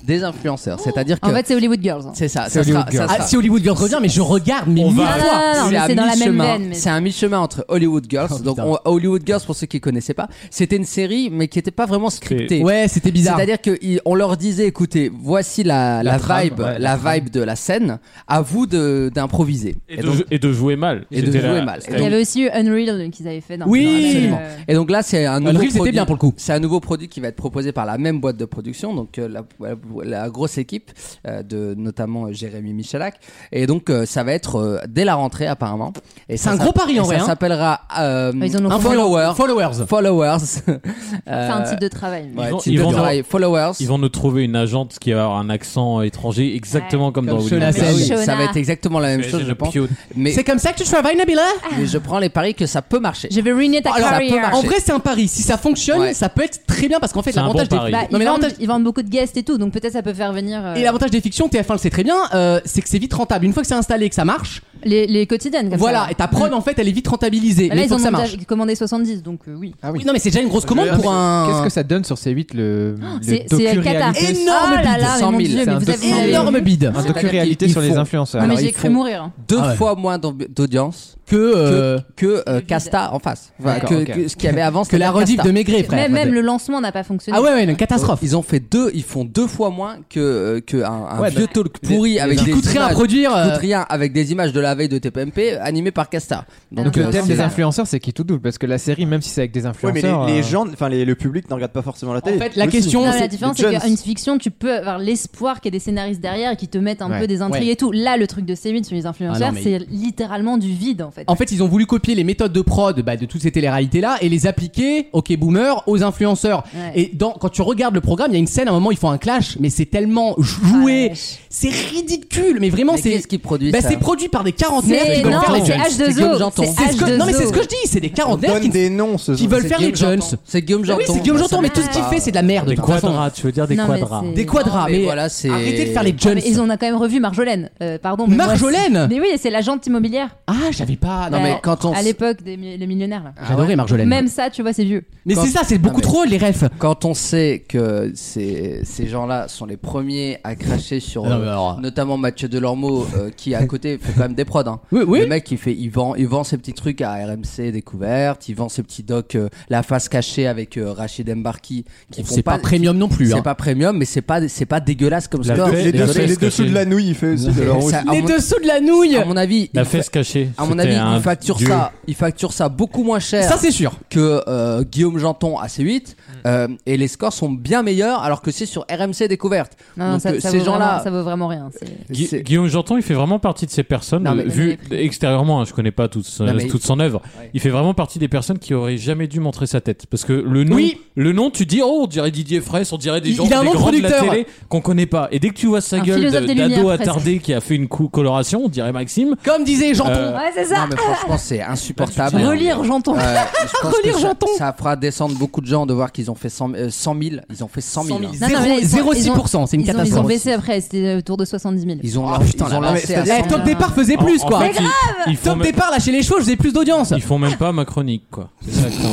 Speaker 5: des influenceurs. C'est-à-dire que.
Speaker 4: En fait, c'est Hollywood Girls. hein.
Speaker 5: c'est ça,
Speaker 2: C'est
Speaker 5: ça sera,
Speaker 2: Hollywood
Speaker 5: ça
Speaker 2: Girls.
Speaker 5: sera-
Speaker 2: Ah, si Hollywood Girls revient, mais je regarde, mais
Speaker 5: On
Speaker 2: mille
Speaker 5: va-
Speaker 2: fois.
Speaker 4: Ah, non, mais
Speaker 5: à
Speaker 4: c'est dans la même
Speaker 5: mi-chemin.
Speaker 4: veine. mais- Oh,
Speaker 5: C'est un mi-chemin entre Hollywood Girls. donc, on- Hollywood Girls, pour ceux qui connaissaient pas, c'était une série, mais qui n'était pas vraiment scriptée.
Speaker 2: Ouais, c'était bizarre.
Speaker 5: C'est-à-dire qu'on leur disait, écoutez, voici la, la,
Speaker 3: La trame,
Speaker 5: vibe,
Speaker 3: ouais, la
Speaker 5: la,
Speaker 3: trame.
Speaker 5: vibe de la scène, à vous de- d'improviser.
Speaker 6: Et, de,
Speaker 5: donc-
Speaker 6: et de jouer mal.
Speaker 5: et de
Speaker 6: C'était
Speaker 5: jouer
Speaker 6: la-
Speaker 5: mal.
Speaker 6: c'était-
Speaker 4: Il y avait aussi Unreal qu'ils avaient fait dans
Speaker 2: Oui,
Speaker 4: dans la-
Speaker 5: absolument.
Speaker 4: euh,
Speaker 5: Et donc là, c'est un nouveau
Speaker 2: Unreal, c'était
Speaker 5: produit.
Speaker 2: bien pour le coup.
Speaker 5: C'est un nouveau produit qui va être proposé par la même boîte de production, donc euh, la, la- la grosse équipe euh, de notamment euh, Jérémy Michalak. Et donc euh, ça va être euh, dès la rentrée apparemment. Et
Speaker 2: C'est
Speaker 5: ça
Speaker 2: un
Speaker 5: s'a-
Speaker 2: gros pari, en
Speaker 5: et
Speaker 2: vrai, hein. Ah,
Speaker 5: Ça s'appellera euh,
Speaker 4: Ils en ont
Speaker 5: un
Speaker 4: fait-
Speaker 5: follower.
Speaker 2: Followers.
Speaker 5: Followers. Euh,
Speaker 4: C'est un type de travail. mais-
Speaker 5: Ouais,
Speaker 6: Ils vont-
Speaker 5: type
Speaker 6: ils
Speaker 5: de
Speaker 6: vont-
Speaker 5: travail. Followers.
Speaker 6: Ils vont nous trouver une agente qui va avoir un accent étranger exactement comme,
Speaker 2: Comme
Speaker 6: dans
Speaker 2: ceux-là,
Speaker 6: Hollywood.
Speaker 2: c'est-
Speaker 5: Ah oui,
Speaker 4: Shona.
Speaker 5: ça va être exactement la même
Speaker 6: C'est
Speaker 5: chose,
Speaker 6: le
Speaker 5: je pense.
Speaker 6: pio-
Speaker 5: Mais, Ah,
Speaker 2: C'est comme ça que tu travailles, Nabila
Speaker 5: mais je prends les paris que ça peut marcher.
Speaker 4: Je vais ruiner ta
Speaker 5: Alors, ça peut
Speaker 4: carrière.
Speaker 5: marcher.
Speaker 2: En vrai, c'est un pari. Si ça fonctionne,
Speaker 5: Ouais.
Speaker 2: ça peut être très bien parce qu'en fait,
Speaker 6: C'est un
Speaker 2: l'avantage
Speaker 6: bon
Speaker 2: des...
Speaker 6: pari.
Speaker 4: Bah,
Speaker 2: Non, mais
Speaker 4: ils, vendent,
Speaker 2: l'avantage-
Speaker 4: ils vendent beaucoup de guests et tout, donc peut-être ça peut faire venir euh,
Speaker 2: Et l'avantage des fictions, TF1 le sait très bien, euh, c'est que c'est vite rentable. Une fois que c'est installé et que ça marche,
Speaker 4: les, les quotidiennes. Comme
Speaker 2: voilà,
Speaker 4: ça.
Speaker 2: et ta prod en fait, elle est vite rentabilisée.
Speaker 4: Bah
Speaker 2: mais
Speaker 4: là,
Speaker 2: il
Speaker 4: ils
Speaker 2: faut
Speaker 4: en
Speaker 2: que ça
Speaker 4: ont
Speaker 2: marche.
Speaker 4: déjà commandé 70, donc euh, oui.
Speaker 2: Oui, non, mais c'est déjà une grosse commande pour un.
Speaker 3: Qu'est-ce que ça donne sur C8 le,
Speaker 4: Ah, C'est
Speaker 3: le
Speaker 4: c'est Qatar.
Speaker 3: docu-réalité
Speaker 2: Énorme
Speaker 4: oh là
Speaker 2: bide.
Speaker 4: là, mais
Speaker 5: 100 000,
Speaker 4: mon Dieu,
Speaker 3: c'est
Speaker 4: mais
Speaker 3: un
Speaker 4: vous
Speaker 3: docu-
Speaker 4: avez vous avez
Speaker 2: énorme
Speaker 4: vu
Speaker 2: bide
Speaker 3: Un
Speaker 5: C'est-à-dire
Speaker 3: docu-réalité
Speaker 5: qu'ils
Speaker 3: sur les
Speaker 5: font-
Speaker 3: influenceurs.
Speaker 4: Non, mais
Speaker 5: Alors,
Speaker 4: j'ai
Speaker 5: il
Speaker 4: cru
Speaker 5: faut-
Speaker 4: mourir. hein.
Speaker 5: Deux
Speaker 2: Ah ouais.
Speaker 5: fois moins d'ambi- d'audience
Speaker 2: que euh,
Speaker 5: que, que euh,
Speaker 4: vide.
Speaker 5: Casta en face. Enfin,
Speaker 3: D'accord,
Speaker 5: que,
Speaker 3: ok.
Speaker 5: que ce qu'il y avait avant.
Speaker 2: que la
Speaker 5: c'était
Speaker 2: rediff
Speaker 5: Casta.
Speaker 2: de Maigret, frère.
Speaker 4: Même, même le lancement n'a pas fonctionné.
Speaker 2: Ah ouais, ouais, une catastrophe.
Speaker 5: Ils ont fait deux, ils font deux fois moins que, euh, que un, un
Speaker 3: Ouais,
Speaker 5: vieux
Speaker 3: bah,
Speaker 5: talk pourri avec
Speaker 2: Qui
Speaker 5: des
Speaker 2: coûte rien à
Speaker 5: images,
Speaker 2: produire.
Speaker 5: qui
Speaker 2: euh,
Speaker 5: coûte rien avec des images de la veille de TPMP animées par Casta. euh,
Speaker 3: Donc
Speaker 2: euh,
Speaker 3: le thème
Speaker 5: c'est-
Speaker 3: des influenceurs, c'est qui tout double parce que la série, même si c'est avec des
Speaker 7: Ouais, mais les,
Speaker 3: influenceurs,
Speaker 7: les
Speaker 3: euh,
Speaker 7: gens, enfin les- le public ne regarde pas forcément la télé.
Speaker 2: fait, la
Speaker 7: Aussi.
Speaker 2: question,
Speaker 4: Non,
Speaker 2: Non,
Speaker 4: mais
Speaker 2: c'est-
Speaker 4: la différence,
Speaker 7: les
Speaker 4: c'est
Speaker 7: Jones.
Speaker 4: qu'une fiction, tu peux avoir l'espoir qu'il y ait des scénaristes derrière qui te mettent un
Speaker 3: Ouais.
Speaker 4: peu des intrigues
Speaker 2: Ouais.
Speaker 4: et tout. Là, le truc de C8 sur les influenceurs,
Speaker 2: Ah non, mais-
Speaker 4: c'est littéralement du vide en fait.
Speaker 2: En fait, ils ont voulu copier les méthodes de prod bah, de toutes ces téléréalités-là et les appliquer, ok boomer, aux influenceurs.
Speaker 4: Ouais.
Speaker 2: Et dans, quand tu regardes le programme, il y a une scène, à un moment, ils font un clash, mais c'est tellement
Speaker 4: Ah,
Speaker 2: joué,
Speaker 4: Ouais.
Speaker 2: c'est ridicule, mais vraiment,
Speaker 5: Mais
Speaker 2: c'est.
Speaker 5: qu'est-ce qu'ils produisent
Speaker 2: Bah,
Speaker 5: ça
Speaker 2: c'est produit par des quarantenaires qui
Speaker 4: C'est
Speaker 2: veulent
Speaker 4: non,
Speaker 2: faire les
Speaker 4: c'est
Speaker 2: jeunes.
Speaker 5: C'est Guillaume
Speaker 4: H2O.
Speaker 5: Janton.
Speaker 4: C'est
Speaker 2: C'est ce que-
Speaker 4: H2O.
Speaker 2: non mais c'est ce que je dis, c'est des
Speaker 7: On
Speaker 2: quarantenaires
Speaker 7: donne
Speaker 2: qui,
Speaker 7: des noms. ce
Speaker 2: qui
Speaker 7: soir.
Speaker 2: veulent faire les
Speaker 5: Guillaume
Speaker 2: Jones.
Speaker 5: Janton. C'est Guillaume
Speaker 2: Bah
Speaker 5: Janton.
Speaker 2: oui, c'est Guillaume
Speaker 5: Bah,
Speaker 2: Janton,
Speaker 5: ça
Speaker 2: mais tout ce
Speaker 5: marche
Speaker 2: qu'il
Speaker 5: pas.
Speaker 2: fait, c'est de la merde.
Speaker 6: Des
Speaker 2: de toute façon.
Speaker 6: quadrats, tu veux dire des
Speaker 4: Non, mais
Speaker 6: quadras.
Speaker 4: c'est-
Speaker 2: Des quadras,
Speaker 5: Mais
Speaker 2: mais euh,
Speaker 5: voilà, c'est.
Speaker 2: arrêtez de faire les Jones.
Speaker 4: Ah, Mais ils en a quand même revu Marjolaine. Euh, pardon. mais moi,
Speaker 2: Marjolaine
Speaker 4: c'est- Mais oui, c'est l'agente immobilière.
Speaker 2: Ah, j'avais pas.
Speaker 5: Non,
Speaker 2: Non,
Speaker 5: mais quand on.
Speaker 4: À l'époque des mi- les millionnaires là.
Speaker 2: J'adorais Marjolaine.
Speaker 4: Même ça, tu vois, c'est vieux.
Speaker 2: Mais
Speaker 5: Quand-
Speaker 2: c'est ça, c'est beaucoup
Speaker 5: Non, mais-
Speaker 2: trop les refs.
Speaker 5: Quand on sait que ces, ces gens-là sont les premiers à cracher sur
Speaker 2: Ah Non,
Speaker 5: euh,
Speaker 2: mais alors-
Speaker 5: notamment Mathieu Delormeau euh, qui à côté fait quand même des prods. hein.
Speaker 2: Oui, oui.
Speaker 5: Le mec il fait il vend il vend ses petits trucs à RMC découverte, il vend ses petits docs euh, la face cachée avec euh, Rachid Mbarki qui font
Speaker 2: C'est pas premium non plus.
Speaker 5: C'est
Speaker 2: hein.
Speaker 5: pas premium mais c'est pas c'est pas dégueulasse comme
Speaker 6: La
Speaker 5: score.
Speaker 6: fesse-
Speaker 7: Les, deux-
Speaker 6: Désolé,
Speaker 7: les
Speaker 6: c'est
Speaker 7: dessous
Speaker 6: caché.
Speaker 7: de la nouille, il fait aussi de leur
Speaker 5: Ça, à,
Speaker 2: Les
Speaker 5: mon,
Speaker 2: dessous de la nouille.
Speaker 5: à mon avis,
Speaker 6: La
Speaker 5: il fa-
Speaker 6: fesse cachée.
Speaker 5: à mon
Speaker 6: c'était
Speaker 5: avis,
Speaker 6: un
Speaker 5: il facture
Speaker 6: duel.
Speaker 5: ça, il facture ça beaucoup moins cher
Speaker 2: Ça c'est Mm. sûr.
Speaker 5: que euh, Guillaume Janton à C8 euh, et les scores sont bien meilleurs alors que c'est sur RMC découverte.
Speaker 4: Non, non,
Speaker 5: Donc,
Speaker 4: ça,
Speaker 5: euh,
Speaker 4: ça
Speaker 5: ces
Speaker 4: vaut
Speaker 5: gens-là
Speaker 4: vraiment- ça vaut vraiment rien. c'est-
Speaker 6: Gui-
Speaker 5: c'est-
Speaker 6: Guillaume Janton, il fait vraiment partie de ces personnes,
Speaker 5: Non, mais-
Speaker 6: euh, vu extérieurement, hein, je connais pas toute, son-
Speaker 5: Non, mais-
Speaker 6: toute son œuvre.
Speaker 5: Ouais.
Speaker 6: Il fait vraiment partie des personnes qui auraient jamais dû montrer sa tête. Parce que le nom,
Speaker 2: Oui.
Speaker 6: le nom tu dis, oh, on dirait Didier Fraisse, on dirait des
Speaker 2: Il-
Speaker 6: gens
Speaker 2: il a un
Speaker 6: des
Speaker 2: nom de
Speaker 6: grands de la
Speaker 2: producteur.
Speaker 6: télé qu'on connaît pas. Et dès que tu vois sa
Speaker 4: Un
Speaker 6: gueule
Speaker 4: philosophe
Speaker 6: de-
Speaker 4: des
Speaker 6: d'ado
Speaker 4: Lumières, presque.
Speaker 6: attardé qui a fait une cou- coloration, on dirait Maxime.
Speaker 2: Comme disait Janton.
Speaker 6: Euh,
Speaker 4: Ouais, c'est
Speaker 5: Non
Speaker 4: ça.
Speaker 5: mais franchement c'est insupportable.
Speaker 4: Relire Janton.
Speaker 5: Euh, je pense
Speaker 2: Relire
Speaker 5: que ça,
Speaker 2: Janton.
Speaker 5: ça fera descendre beaucoup de gens de voir qu'ils ont fait 100, euh, 100 000. Ils ont fait 100 000.
Speaker 2: 100 000.
Speaker 5: hein.
Speaker 4: Non, non, mais ils sont-
Speaker 2: 0,6%, c'est une
Speaker 4: Ils ont, ils ont
Speaker 2: catastrophe.
Speaker 4: baissé après, c'était autour de 70 000.
Speaker 5: Ils ont,
Speaker 2: Oh,
Speaker 5: lan-
Speaker 2: putain,
Speaker 5: ils ont
Speaker 2: la vache.
Speaker 5: lancé à
Speaker 2: Eh,
Speaker 5: 100 000.
Speaker 2: Top départ faisait plus
Speaker 6: en- en
Speaker 2: quoi.
Speaker 6: fait, ils, ils font
Speaker 2: Top
Speaker 6: même-
Speaker 2: départ, lâcher les chevaux, faisais plus d'audience.
Speaker 6: ils font même pas ma chronique, quoi. C'est ça que t'es en train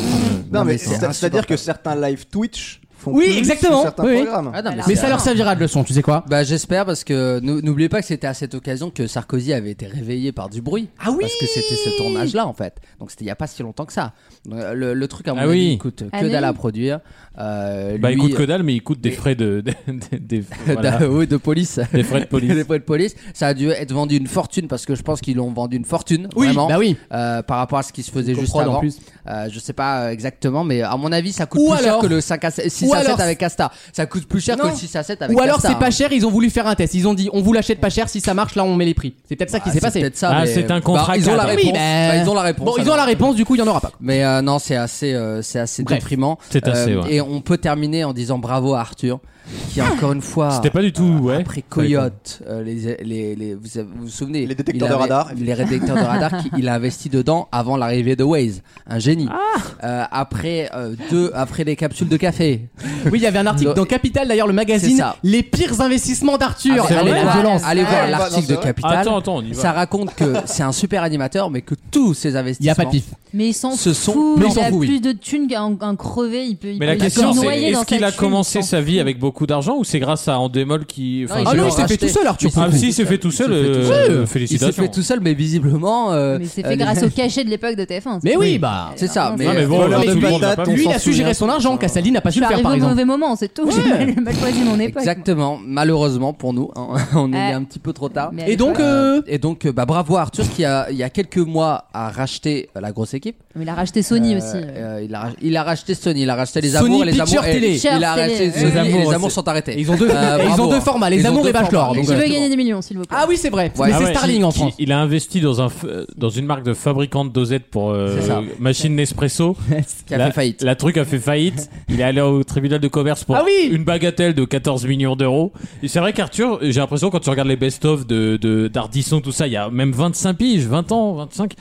Speaker 6: de-
Speaker 7: Non, mais
Speaker 5: c'est
Speaker 7: c'est- c'est-à-dire que certains live Twitch font
Speaker 2: Oui,
Speaker 7: plus
Speaker 2: exactement.
Speaker 7: que certains
Speaker 2: Oui, oui.
Speaker 7: programmes.
Speaker 5: Ah, non, mais
Speaker 2: Mais
Speaker 5: c'est-
Speaker 2: ça leur servira de leçon, tu sais quoi.
Speaker 5: Bah, j'espère parce que nou- n'oubliez pas que c'était à cette occasion que Sarkozy avait été réveillé par du bruit.
Speaker 2: Ah oui
Speaker 5: Parce que c'était ce tournage-là en fait. Donc c'était il y a pas si longtemps que ça. Euh, Le, le truc à mon
Speaker 6: Ah
Speaker 5: avis
Speaker 6: oui.
Speaker 5: il coûte que
Speaker 4: Ah oui.
Speaker 5: dalle à produire. Euh,
Speaker 6: Bah,
Speaker 5: lui,
Speaker 6: il coûte que
Speaker 5: euh,
Speaker 6: dalle, mais il coûte des
Speaker 5: mais-
Speaker 6: frais de, des- des- voilà,
Speaker 5: d'a- oui, de police.
Speaker 6: des frais de police.
Speaker 5: Des frais de police. Ça a dû être vendu une fortune parce que je pense qu'ils l'ont vendu une fortune.
Speaker 2: Oui,
Speaker 5: vraiment.
Speaker 2: bah oui.
Speaker 5: euh, par rapport à ce qui se faisait
Speaker 2: Comme
Speaker 5: juste
Speaker 2: prod, en
Speaker 5: avant.
Speaker 2: plus.
Speaker 5: Euh, je sais pas euh, exactement, mais à mon avis, ça coûte
Speaker 2: Ou
Speaker 5: plus
Speaker 2: alors-
Speaker 5: cher que le 5 à 7, 6
Speaker 2: ou
Speaker 5: à 7
Speaker 2: alors-
Speaker 5: avec Asta. Ça coûte plus cher
Speaker 2: Non.
Speaker 5: que le 6 à 7 avec
Speaker 2: Ou alors
Speaker 5: Asta,
Speaker 2: c'est
Speaker 5: hein.
Speaker 2: pas cher, ils ont voulu faire un test. Ils ont dit on vous l'achète pas cher, si ça marche là on met les prix. C'est peut-être ça qui
Speaker 5: Ah,
Speaker 2: s'est
Speaker 5: c'est
Speaker 2: passé.
Speaker 5: peut-être ça,
Speaker 6: Ah,
Speaker 5: mais-
Speaker 6: c'est un
Speaker 5: bah,
Speaker 6: contrat
Speaker 5: ils ont la
Speaker 6: cadre.
Speaker 5: réponse.
Speaker 2: Oui, mais-
Speaker 5: Bah, ils ont la réponse.
Speaker 2: Bon, ils ont
Speaker 5: alors.
Speaker 2: la réponse, du coup il y en aura pas.
Speaker 5: Mais euh, non, c'est assez, euh, c'est assez
Speaker 2: Bref.
Speaker 5: déprimant.
Speaker 6: C'est assez, ouais.
Speaker 5: Euh, Et on peut terminer en disant bravo à Arthur, qui encore une fois.
Speaker 6: C'était pas du tout, ouais.
Speaker 5: Ah, Après Coyote, euh, les, les, les- vous, savez- vous vous souvenez
Speaker 7: Les
Speaker 5: il
Speaker 7: détecteurs de
Speaker 5: avait-
Speaker 7: radar.
Speaker 5: Les détecteurs de radar, qui- il a investi dedans avant l'arrivée de Waze. Un génie. Euh, après, euh, deux, après les capsules de café,
Speaker 2: Oui, il y avait un article dans Capital, d'ailleurs, le magazine Les pires investissements d'Arthur.
Speaker 5: allez,
Speaker 2: la
Speaker 5: voir,
Speaker 2: violence.
Speaker 5: allez voir l'article de Capital.
Speaker 6: Attends, attends, on y va.
Speaker 5: Ça raconte que c'est un super animateur, mais que tous ses investissements. Il n'y a
Speaker 2: pas de pif.
Speaker 4: Mais ils s'en
Speaker 5: Ce sont-
Speaker 4: foutent.
Speaker 5: mais ils
Speaker 4: Il
Speaker 5: s'en
Speaker 4: a
Speaker 5: foutent, oui.
Speaker 4: plus de thunes qu'un qu'un crevé. Il peut. il
Speaker 6: Mais
Speaker 4: peut-
Speaker 6: la
Speaker 4: il peut
Speaker 6: question,
Speaker 4: se
Speaker 6: c'est
Speaker 4: noyer dans
Speaker 6: est-ce qu'il
Speaker 4: sa
Speaker 6: a
Speaker 4: thune,
Speaker 6: commencé
Speaker 4: il s'en
Speaker 6: sa vie
Speaker 4: fout.
Speaker 6: avec beaucoup d'argent ou c'est grâce à Endemol qui.
Speaker 5: il
Speaker 2: Ah
Speaker 5: s'est
Speaker 6: je sais
Speaker 5: fait
Speaker 6: pas.
Speaker 5: racheter. Il s'est
Speaker 6: Ah,
Speaker 5: fait
Speaker 6: si, il
Speaker 5: tout
Speaker 6: s'est fait tout seul.
Speaker 5: Il s'est fait tout
Speaker 6: euh,
Speaker 5: seul.
Speaker 6: Félicitations.
Speaker 5: Il s'est fait tout seul, mais visiblement. euh,
Speaker 4: Mais c'est
Speaker 5: euh,
Speaker 4: fait grâce
Speaker 5: les-
Speaker 4: au E cachet de l'époque de TF1.
Speaker 5: Mais oui,
Speaker 2: bah.
Speaker 5: C'est ça.
Speaker 4: Non,
Speaker 5: Mais,
Speaker 6: non, mais bon,
Speaker 5: voleur
Speaker 6: tout
Speaker 5: de
Speaker 6: le monde
Speaker 5: patates,
Speaker 6: n'a pas
Speaker 5: on
Speaker 2: Lui, il
Speaker 5: s'en
Speaker 2: a
Speaker 5: souvient.
Speaker 2: su gérer son argent. Cassali n'a pas su
Speaker 4: Je
Speaker 2: le faire,
Speaker 4: suis arrivé
Speaker 2: par
Speaker 4: au
Speaker 2: exemple.
Speaker 4: mauvais moment, c'est tout. J'ai mal mal choisi mon époque.
Speaker 5: Exactement, malheureusement pour nous, hein, on est
Speaker 4: Ouais.
Speaker 5: un petit peu trop tard.
Speaker 4: Mais à Et donc, l'époque-
Speaker 2: euh,
Speaker 5: et donc, euh, bah, bravo à Arthur qui a, il y a quelques mois a racheté euh, la grosse équipe.
Speaker 4: Mais il a racheté Sony
Speaker 5: Euh,
Speaker 4: aussi.
Speaker 5: euh, il, a, rach- il a racheté Sony, il a racheté les
Speaker 2: Sony
Speaker 5: amours, et les
Speaker 2: Pictures
Speaker 5: amours et-
Speaker 2: Télé.
Speaker 5: il a
Speaker 4: Pictures Télé,
Speaker 5: racheté
Speaker 4: ouais.
Speaker 5: Sony et les
Speaker 2: Amours,
Speaker 5: amours
Speaker 2: c'est-
Speaker 5: sont arrêtés.
Speaker 2: Ils ont deux, et Ah, ils
Speaker 5: bravo,
Speaker 2: ont deux
Speaker 5: hein.
Speaker 2: formats, les
Speaker 5: Ils ont
Speaker 2: amours
Speaker 5: deux
Speaker 2: et Bachelor.
Speaker 5: formats.
Speaker 2: donc,
Speaker 4: Je veux
Speaker 2: euh,
Speaker 4: gagner des millions, s'il vous plaît.
Speaker 2: Ah oui, c'est vrai.
Speaker 5: Ouais.
Speaker 2: Mais
Speaker 6: Ah
Speaker 2: c'est
Speaker 6: ouais,
Speaker 2: Starling
Speaker 6: qui-
Speaker 2: en
Speaker 6: qui-
Speaker 2: France.
Speaker 6: il a investi dans, un, f- euh, dans une marque de fabricant de dosettes pour euh,
Speaker 5: C'est ça.
Speaker 6: machine Nespresso.
Speaker 5: Qui a
Speaker 6: la,
Speaker 5: fait faillite.
Speaker 6: La truc a fait faillite. Il est allé au tribunal de commerce pour
Speaker 2: Ah oui
Speaker 6: une bagatelle de 14 millions d'euros. Et c'est vrai qu'Arthur, j'ai l'impression quand tu regardes les best-of de, de- d'Ardisson, tout ça, il y a même 25 piges, 20 ans, 25.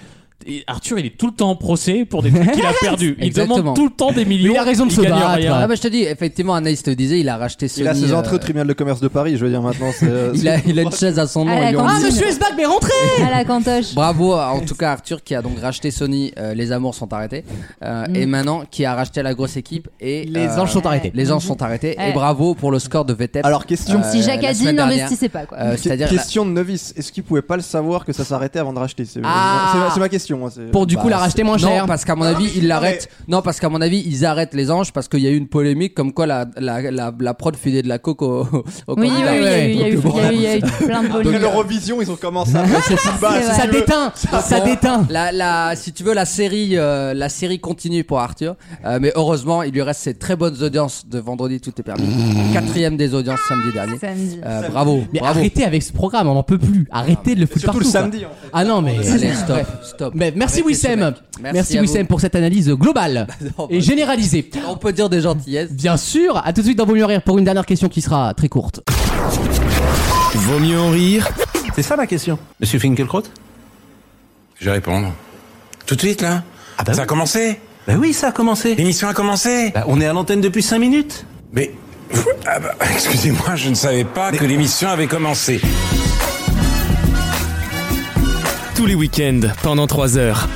Speaker 6: Et Arthur, il est tout le temps en procès pour des trucs qu'il a perdus. Il
Speaker 5: Exactement.
Speaker 6: demande tout le temps des millions.
Speaker 2: Mais il a raison de se
Speaker 6: gagne
Speaker 2: battre.
Speaker 6: rien.
Speaker 5: Ah bah je te dis, effectivement, Anaïs te le disait, il a racheté Sony.
Speaker 7: Il a ses entrées au
Speaker 5: euh,
Speaker 7: tribunal de commerce de Paris, je veux dire maintenant. c'est, euh,
Speaker 5: il, a, il a une chaise à son nom.
Speaker 4: Ah,
Speaker 5: ils
Speaker 4: la
Speaker 5: lui ont
Speaker 4: grande-
Speaker 5: dit.
Speaker 2: Ah, monsieur Esbach, mais rentrez
Speaker 4: À la cantoche.
Speaker 5: Bravo à- en tout cas à Arthur qui a donc racheté Sony, euh, les amours sont arrêtés, euh, et maintenant qui a racheté la grosse équipe et
Speaker 2: Mm. Les
Speaker 5: euh,
Speaker 2: anges sont arrêtés.
Speaker 5: Les anges sont arrêtés
Speaker 4: Ouais.
Speaker 5: et bravo pour le score de VTEP.
Speaker 7: Alors, question.
Speaker 5: Euh,
Speaker 4: Si Jacques
Speaker 5: la
Speaker 4: a dit,
Speaker 5: semaine dernière,
Speaker 4: n'investissez pas, quoi.
Speaker 5: euh,
Speaker 7: que-
Speaker 5: C'est-à-dire la-
Speaker 7: question de novice, est-ce qu'il pouvait pas le savoir que ça s'arrêtait avant de racheter C'est
Speaker 5: Ah
Speaker 7: c'est ma, c'est ma question. hein, c'est-
Speaker 2: Pour du coup
Speaker 5: Bah,
Speaker 2: la racheter moins
Speaker 5: non,
Speaker 2: cher. Ah,
Speaker 5: parce qu'à mon avis, ils l'arrêtent. Non, parce qu'à mon avis, ils arrêtent les anges parce qu'il y a eu une polémique comme quoi la, la, la, la prod filait de la coke au, au
Speaker 4: Oui, oui,
Speaker 5: candidat.
Speaker 4: oui, il y a eu- il y a eu- il y a eu- il y a eu plein de
Speaker 7: Après
Speaker 4: bonnes.
Speaker 7: l'Eurovision, ils ont commencé à faire une balle,
Speaker 4: vrai.
Speaker 7: si
Speaker 2: Ça
Speaker 7: tu veux.
Speaker 2: déteint, ça
Speaker 5: Bon,
Speaker 2: déteint.
Speaker 5: La, la, si tu veux, la série, euh, la série continue pour Arthur. Euh, mais heureusement, il lui reste ses très bonnes audiences de vendredi, tout est permis. Quatrième des audiences samedi dernier.
Speaker 4: Samedi.
Speaker 5: Euh, bravo,
Speaker 2: Mais
Speaker 5: bravo.
Speaker 2: arrêtez avec ce programme, on n'en peut plus. Arrêtez de le foutre
Speaker 7: Surtout
Speaker 2: partout.
Speaker 7: le
Speaker 2: quoi.
Speaker 7: samedi. en fait.
Speaker 2: Ah non, mais.
Speaker 5: Allez, stop, stop.
Speaker 2: Mais merci
Speaker 5: Arrêtez ce
Speaker 2: Wissem.
Speaker 5: mec.
Speaker 2: Merci
Speaker 5: à
Speaker 2: Wissem
Speaker 5: vous.
Speaker 2: pour cette analyse globale
Speaker 5: Non, bah,
Speaker 2: et généralisée.
Speaker 5: On peut dire des gentillesses.
Speaker 2: Bien sûr, à tout de suite dans Vaut mieux en rire pour une dernière question qui sera très courte.
Speaker 1: Vaut mieux en rire
Speaker 13: C'est ça ma question. Monsieur Finkelkraut
Speaker 12: Je vais répondre. Tout de suite, là Ça a commencé
Speaker 13: Ben oui, ça a commencé.
Speaker 12: L'émission a commencé
Speaker 13: Bah, on est à l'antenne depuis 5 minutes.
Speaker 12: Mais... Ah bah, Excusez-moi, je ne savais pas que l'émission avait commencé.
Speaker 1: tous les week-ends pendant 3 heures.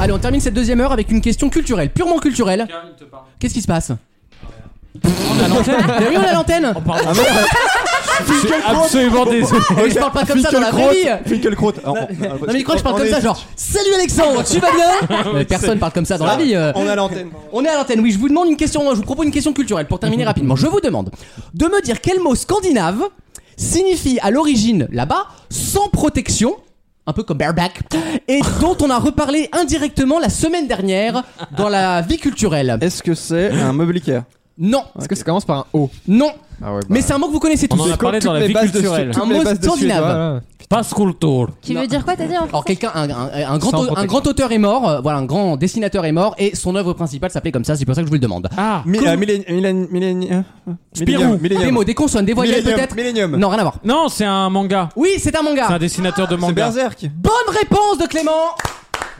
Speaker 2: Allez, on termine cette deuxième heure avec une question culturelle, purement culturelle. Qu'est-ce qui se passe
Speaker 6: On est à l'antenne.
Speaker 2: Mais oui, on a l'antenne
Speaker 6: Oh, pardon. Je suis absolument désolé.
Speaker 2: Mais je parle pas comme ça dans la vraie vie
Speaker 7: Finkelkraut. Ah, Non,
Speaker 2: Non mais il croit que je parle comme ça genre Salut Alexandre, tu vas bien Mais Personne parle comme ça dans la vie euh.
Speaker 7: On a l'antenne.
Speaker 2: On est à l'antenne, oui, je vous demande une question, je vous propose une question culturelle pour terminer rapidement. Je vous demande de me dire quel mot scandinave signifie à l'origine là-bas sans protection, un peu comme bareback, et dont on a reparlé indirectement la semaine dernière dans la vie culturelle.
Speaker 7: Est-ce que c'est un meuble Ikea
Speaker 2: Non,
Speaker 3: Est-ce que ça commence par un O
Speaker 2: non,
Speaker 3: Ah ouais, bah,
Speaker 2: mais c'est un mot que vous connaissez
Speaker 6: On
Speaker 2: tous.
Speaker 6: en a parlé dans la
Speaker 3: les
Speaker 6: vie
Speaker 3: bases de
Speaker 6: culturelle.
Speaker 3: Suède.
Speaker 2: Un
Speaker 3: Toutes les
Speaker 2: mot
Speaker 3: bases de Suède,
Speaker 2: scandinave.
Speaker 3: ouais, ouais.
Speaker 6: Passe tour.
Speaker 4: Qui veut dire quoi, t'as dit en
Speaker 2: Alors
Speaker 4: français
Speaker 2: quelqu'un, un, un- un grand,
Speaker 3: Sans
Speaker 2: au- un
Speaker 3: protection.
Speaker 2: grand auteur est mort, euh, voilà, un grand dessinateur est mort, et son œuvre principale s'appelait comme ça, c'est pour ça que je vous le demande.
Speaker 6: Ah,
Speaker 7: Mi- euh, Millen- Millen- Millennium. Millennium.
Speaker 2: Des mots, des consonnes, des voyelles
Speaker 7: Millennium.
Speaker 2: peut-être
Speaker 7: Millennium.
Speaker 2: Non, rien à voir.
Speaker 6: non, c'est un manga.
Speaker 2: Oui, c'est un manga.
Speaker 6: C'est un dessinateur de
Speaker 7: C'est
Speaker 6: manga.
Speaker 7: Berserk.
Speaker 2: Bonne réponse de Clément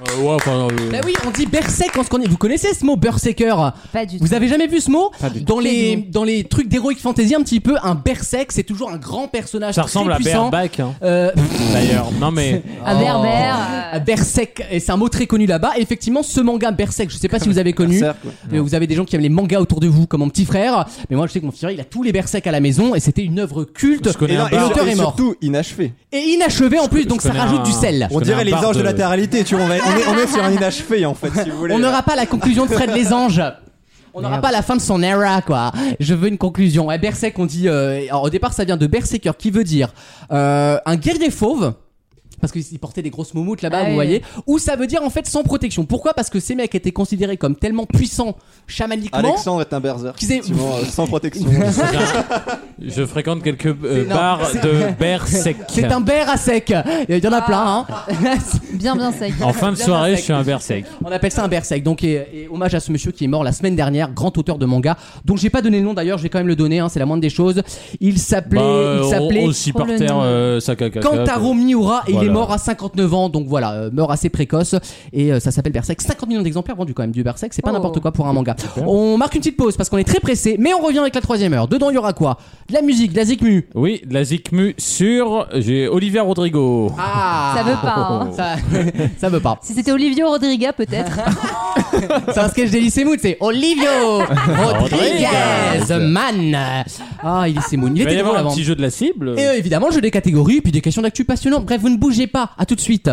Speaker 6: Euh, ouais, enfin, euh,
Speaker 2: Bah oui, on dit berserk en scandinave. Vous connaissez ce mot berserker
Speaker 4: Pas du tout.
Speaker 2: Vous avez jamais vu ce mot
Speaker 4: du
Speaker 2: Dans
Speaker 4: tout.
Speaker 2: les,
Speaker 4: Pas du
Speaker 2: dans les trucs d'héroïque fantasy, un petit peu, un berserk, c'est toujours un grand personnage
Speaker 6: Ça
Speaker 2: très
Speaker 6: ressemble à
Speaker 2: puissant.
Speaker 6: Bareback, hein,
Speaker 2: Euh,
Speaker 6: d'ailleurs. Non mais.
Speaker 4: Un berbère.
Speaker 2: à Berserk, et c'est un mot très connu là-bas. Et effectivement, ce manga Berserk, je sais pas si vous avez connu.
Speaker 7: Berserk, ouais.
Speaker 2: Euh, Vous avez des gens qui aiment les mangas autour de vous, comme mon petit frère. Mais moi, je sais que mon petit frère, il a tous les Berserk à la maison, et c'était une œuvre culte.
Speaker 6: Je connais
Speaker 7: Et
Speaker 6: un
Speaker 7: non,
Speaker 6: bar.
Speaker 7: et sur-
Speaker 2: L'auteur
Speaker 7: et
Speaker 2: est mort.
Speaker 7: surtout inachevé.
Speaker 2: Et inachevé en plus, donc
Speaker 6: je
Speaker 2: ça
Speaker 6: connais
Speaker 2: rajoute
Speaker 6: un-
Speaker 2: du sel.
Speaker 6: Je
Speaker 7: On
Speaker 6: connais un
Speaker 7: dirait les
Speaker 6: bar
Speaker 7: anges de
Speaker 6: de-
Speaker 7: la terre-réalité, tu vois. On, va- on est, on est sur un inachevé en fait, si vous voulez.
Speaker 2: On n'aura pas la conclusion de Fred Lésange. On n'aura pas la fin de son era, quoi. Je veux une conclusion. Et Berserk, on dit. euh, alors, au départ, ça vient de Berserker, qui veut dire euh, un guerrier fauve. Parce qu'ils portaient des grosses moumoutes là-bas,
Speaker 4: Ah
Speaker 2: vous
Speaker 4: oui.
Speaker 2: voyez. Ou ça veut dire en fait sans protection. Pourquoi Parce que ces mecs étaient considérés comme tellement puissants chamaniquement.
Speaker 7: Alexandre est un berserk.
Speaker 2: Qui c'est-
Speaker 7: effectivement, euh, sans protection.
Speaker 6: Je fréquente quelques euh,
Speaker 2: C'est- non,
Speaker 6: bars de Berserk.
Speaker 4: Ah.
Speaker 2: C'est un ber à sec. Il y en a plein, hein.
Speaker 4: Bien, bien sec.
Speaker 6: En fin de
Speaker 4: Bien,
Speaker 6: soirée,
Speaker 4: bien
Speaker 6: je
Speaker 4: sec.
Speaker 6: suis un verre sec.
Speaker 2: On appelle ça un berserk. Donc, et, et hommage à ce monsieur qui est mort la semaine dernière, grand auteur de manga. Donc, j'ai pas donné le nom d'ailleurs, je vais quand même le donner, hein, c'est la moindre des choses. Il s'appelait.
Speaker 6: Bah, euh,
Speaker 2: il s'appelait.
Speaker 6: aussi par terre, euh, Sakakaka.
Speaker 2: Kantaro Miura, et il est
Speaker 6: Voilà.
Speaker 2: mort à 59 ans, donc voilà, euh, mort assez précoce. Et euh, ça s'appelle Berserk. 50 millions d'exemplaires vendus quand même du Berserk,
Speaker 4: Oh.
Speaker 2: c'est pas n'importe quoi pour un manga. On marque une petite pause parce qu'on est très pressé, mais on revient avec la troisième heure. Dedans, il y aura quoi De la musique, de la zikmu.
Speaker 6: Oui, de la Zikmu sur. J'ai Olivier Rodrigo.
Speaker 2: Ah
Speaker 4: Ça veut pas, hein.
Speaker 2: Ça, ça veut pas.
Speaker 4: Si c'était Olivio Rodriga, peut-être.
Speaker 2: C'est un sketch d'Elysée Moon, c'est Olivio Ah, Rodriguez, the man. Ah, Elysée Moon, il
Speaker 6: Il va
Speaker 2: était
Speaker 6: y
Speaker 2: devant
Speaker 6: avoir un
Speaker 2: avant.
Speaker 6: petit jeu de la cible.
Speaker 2: Et euh, évidemment, le jeu des catégories, puis des questions d'actu passionnantes. Bref, vous ne bougez pas, à tout de suite.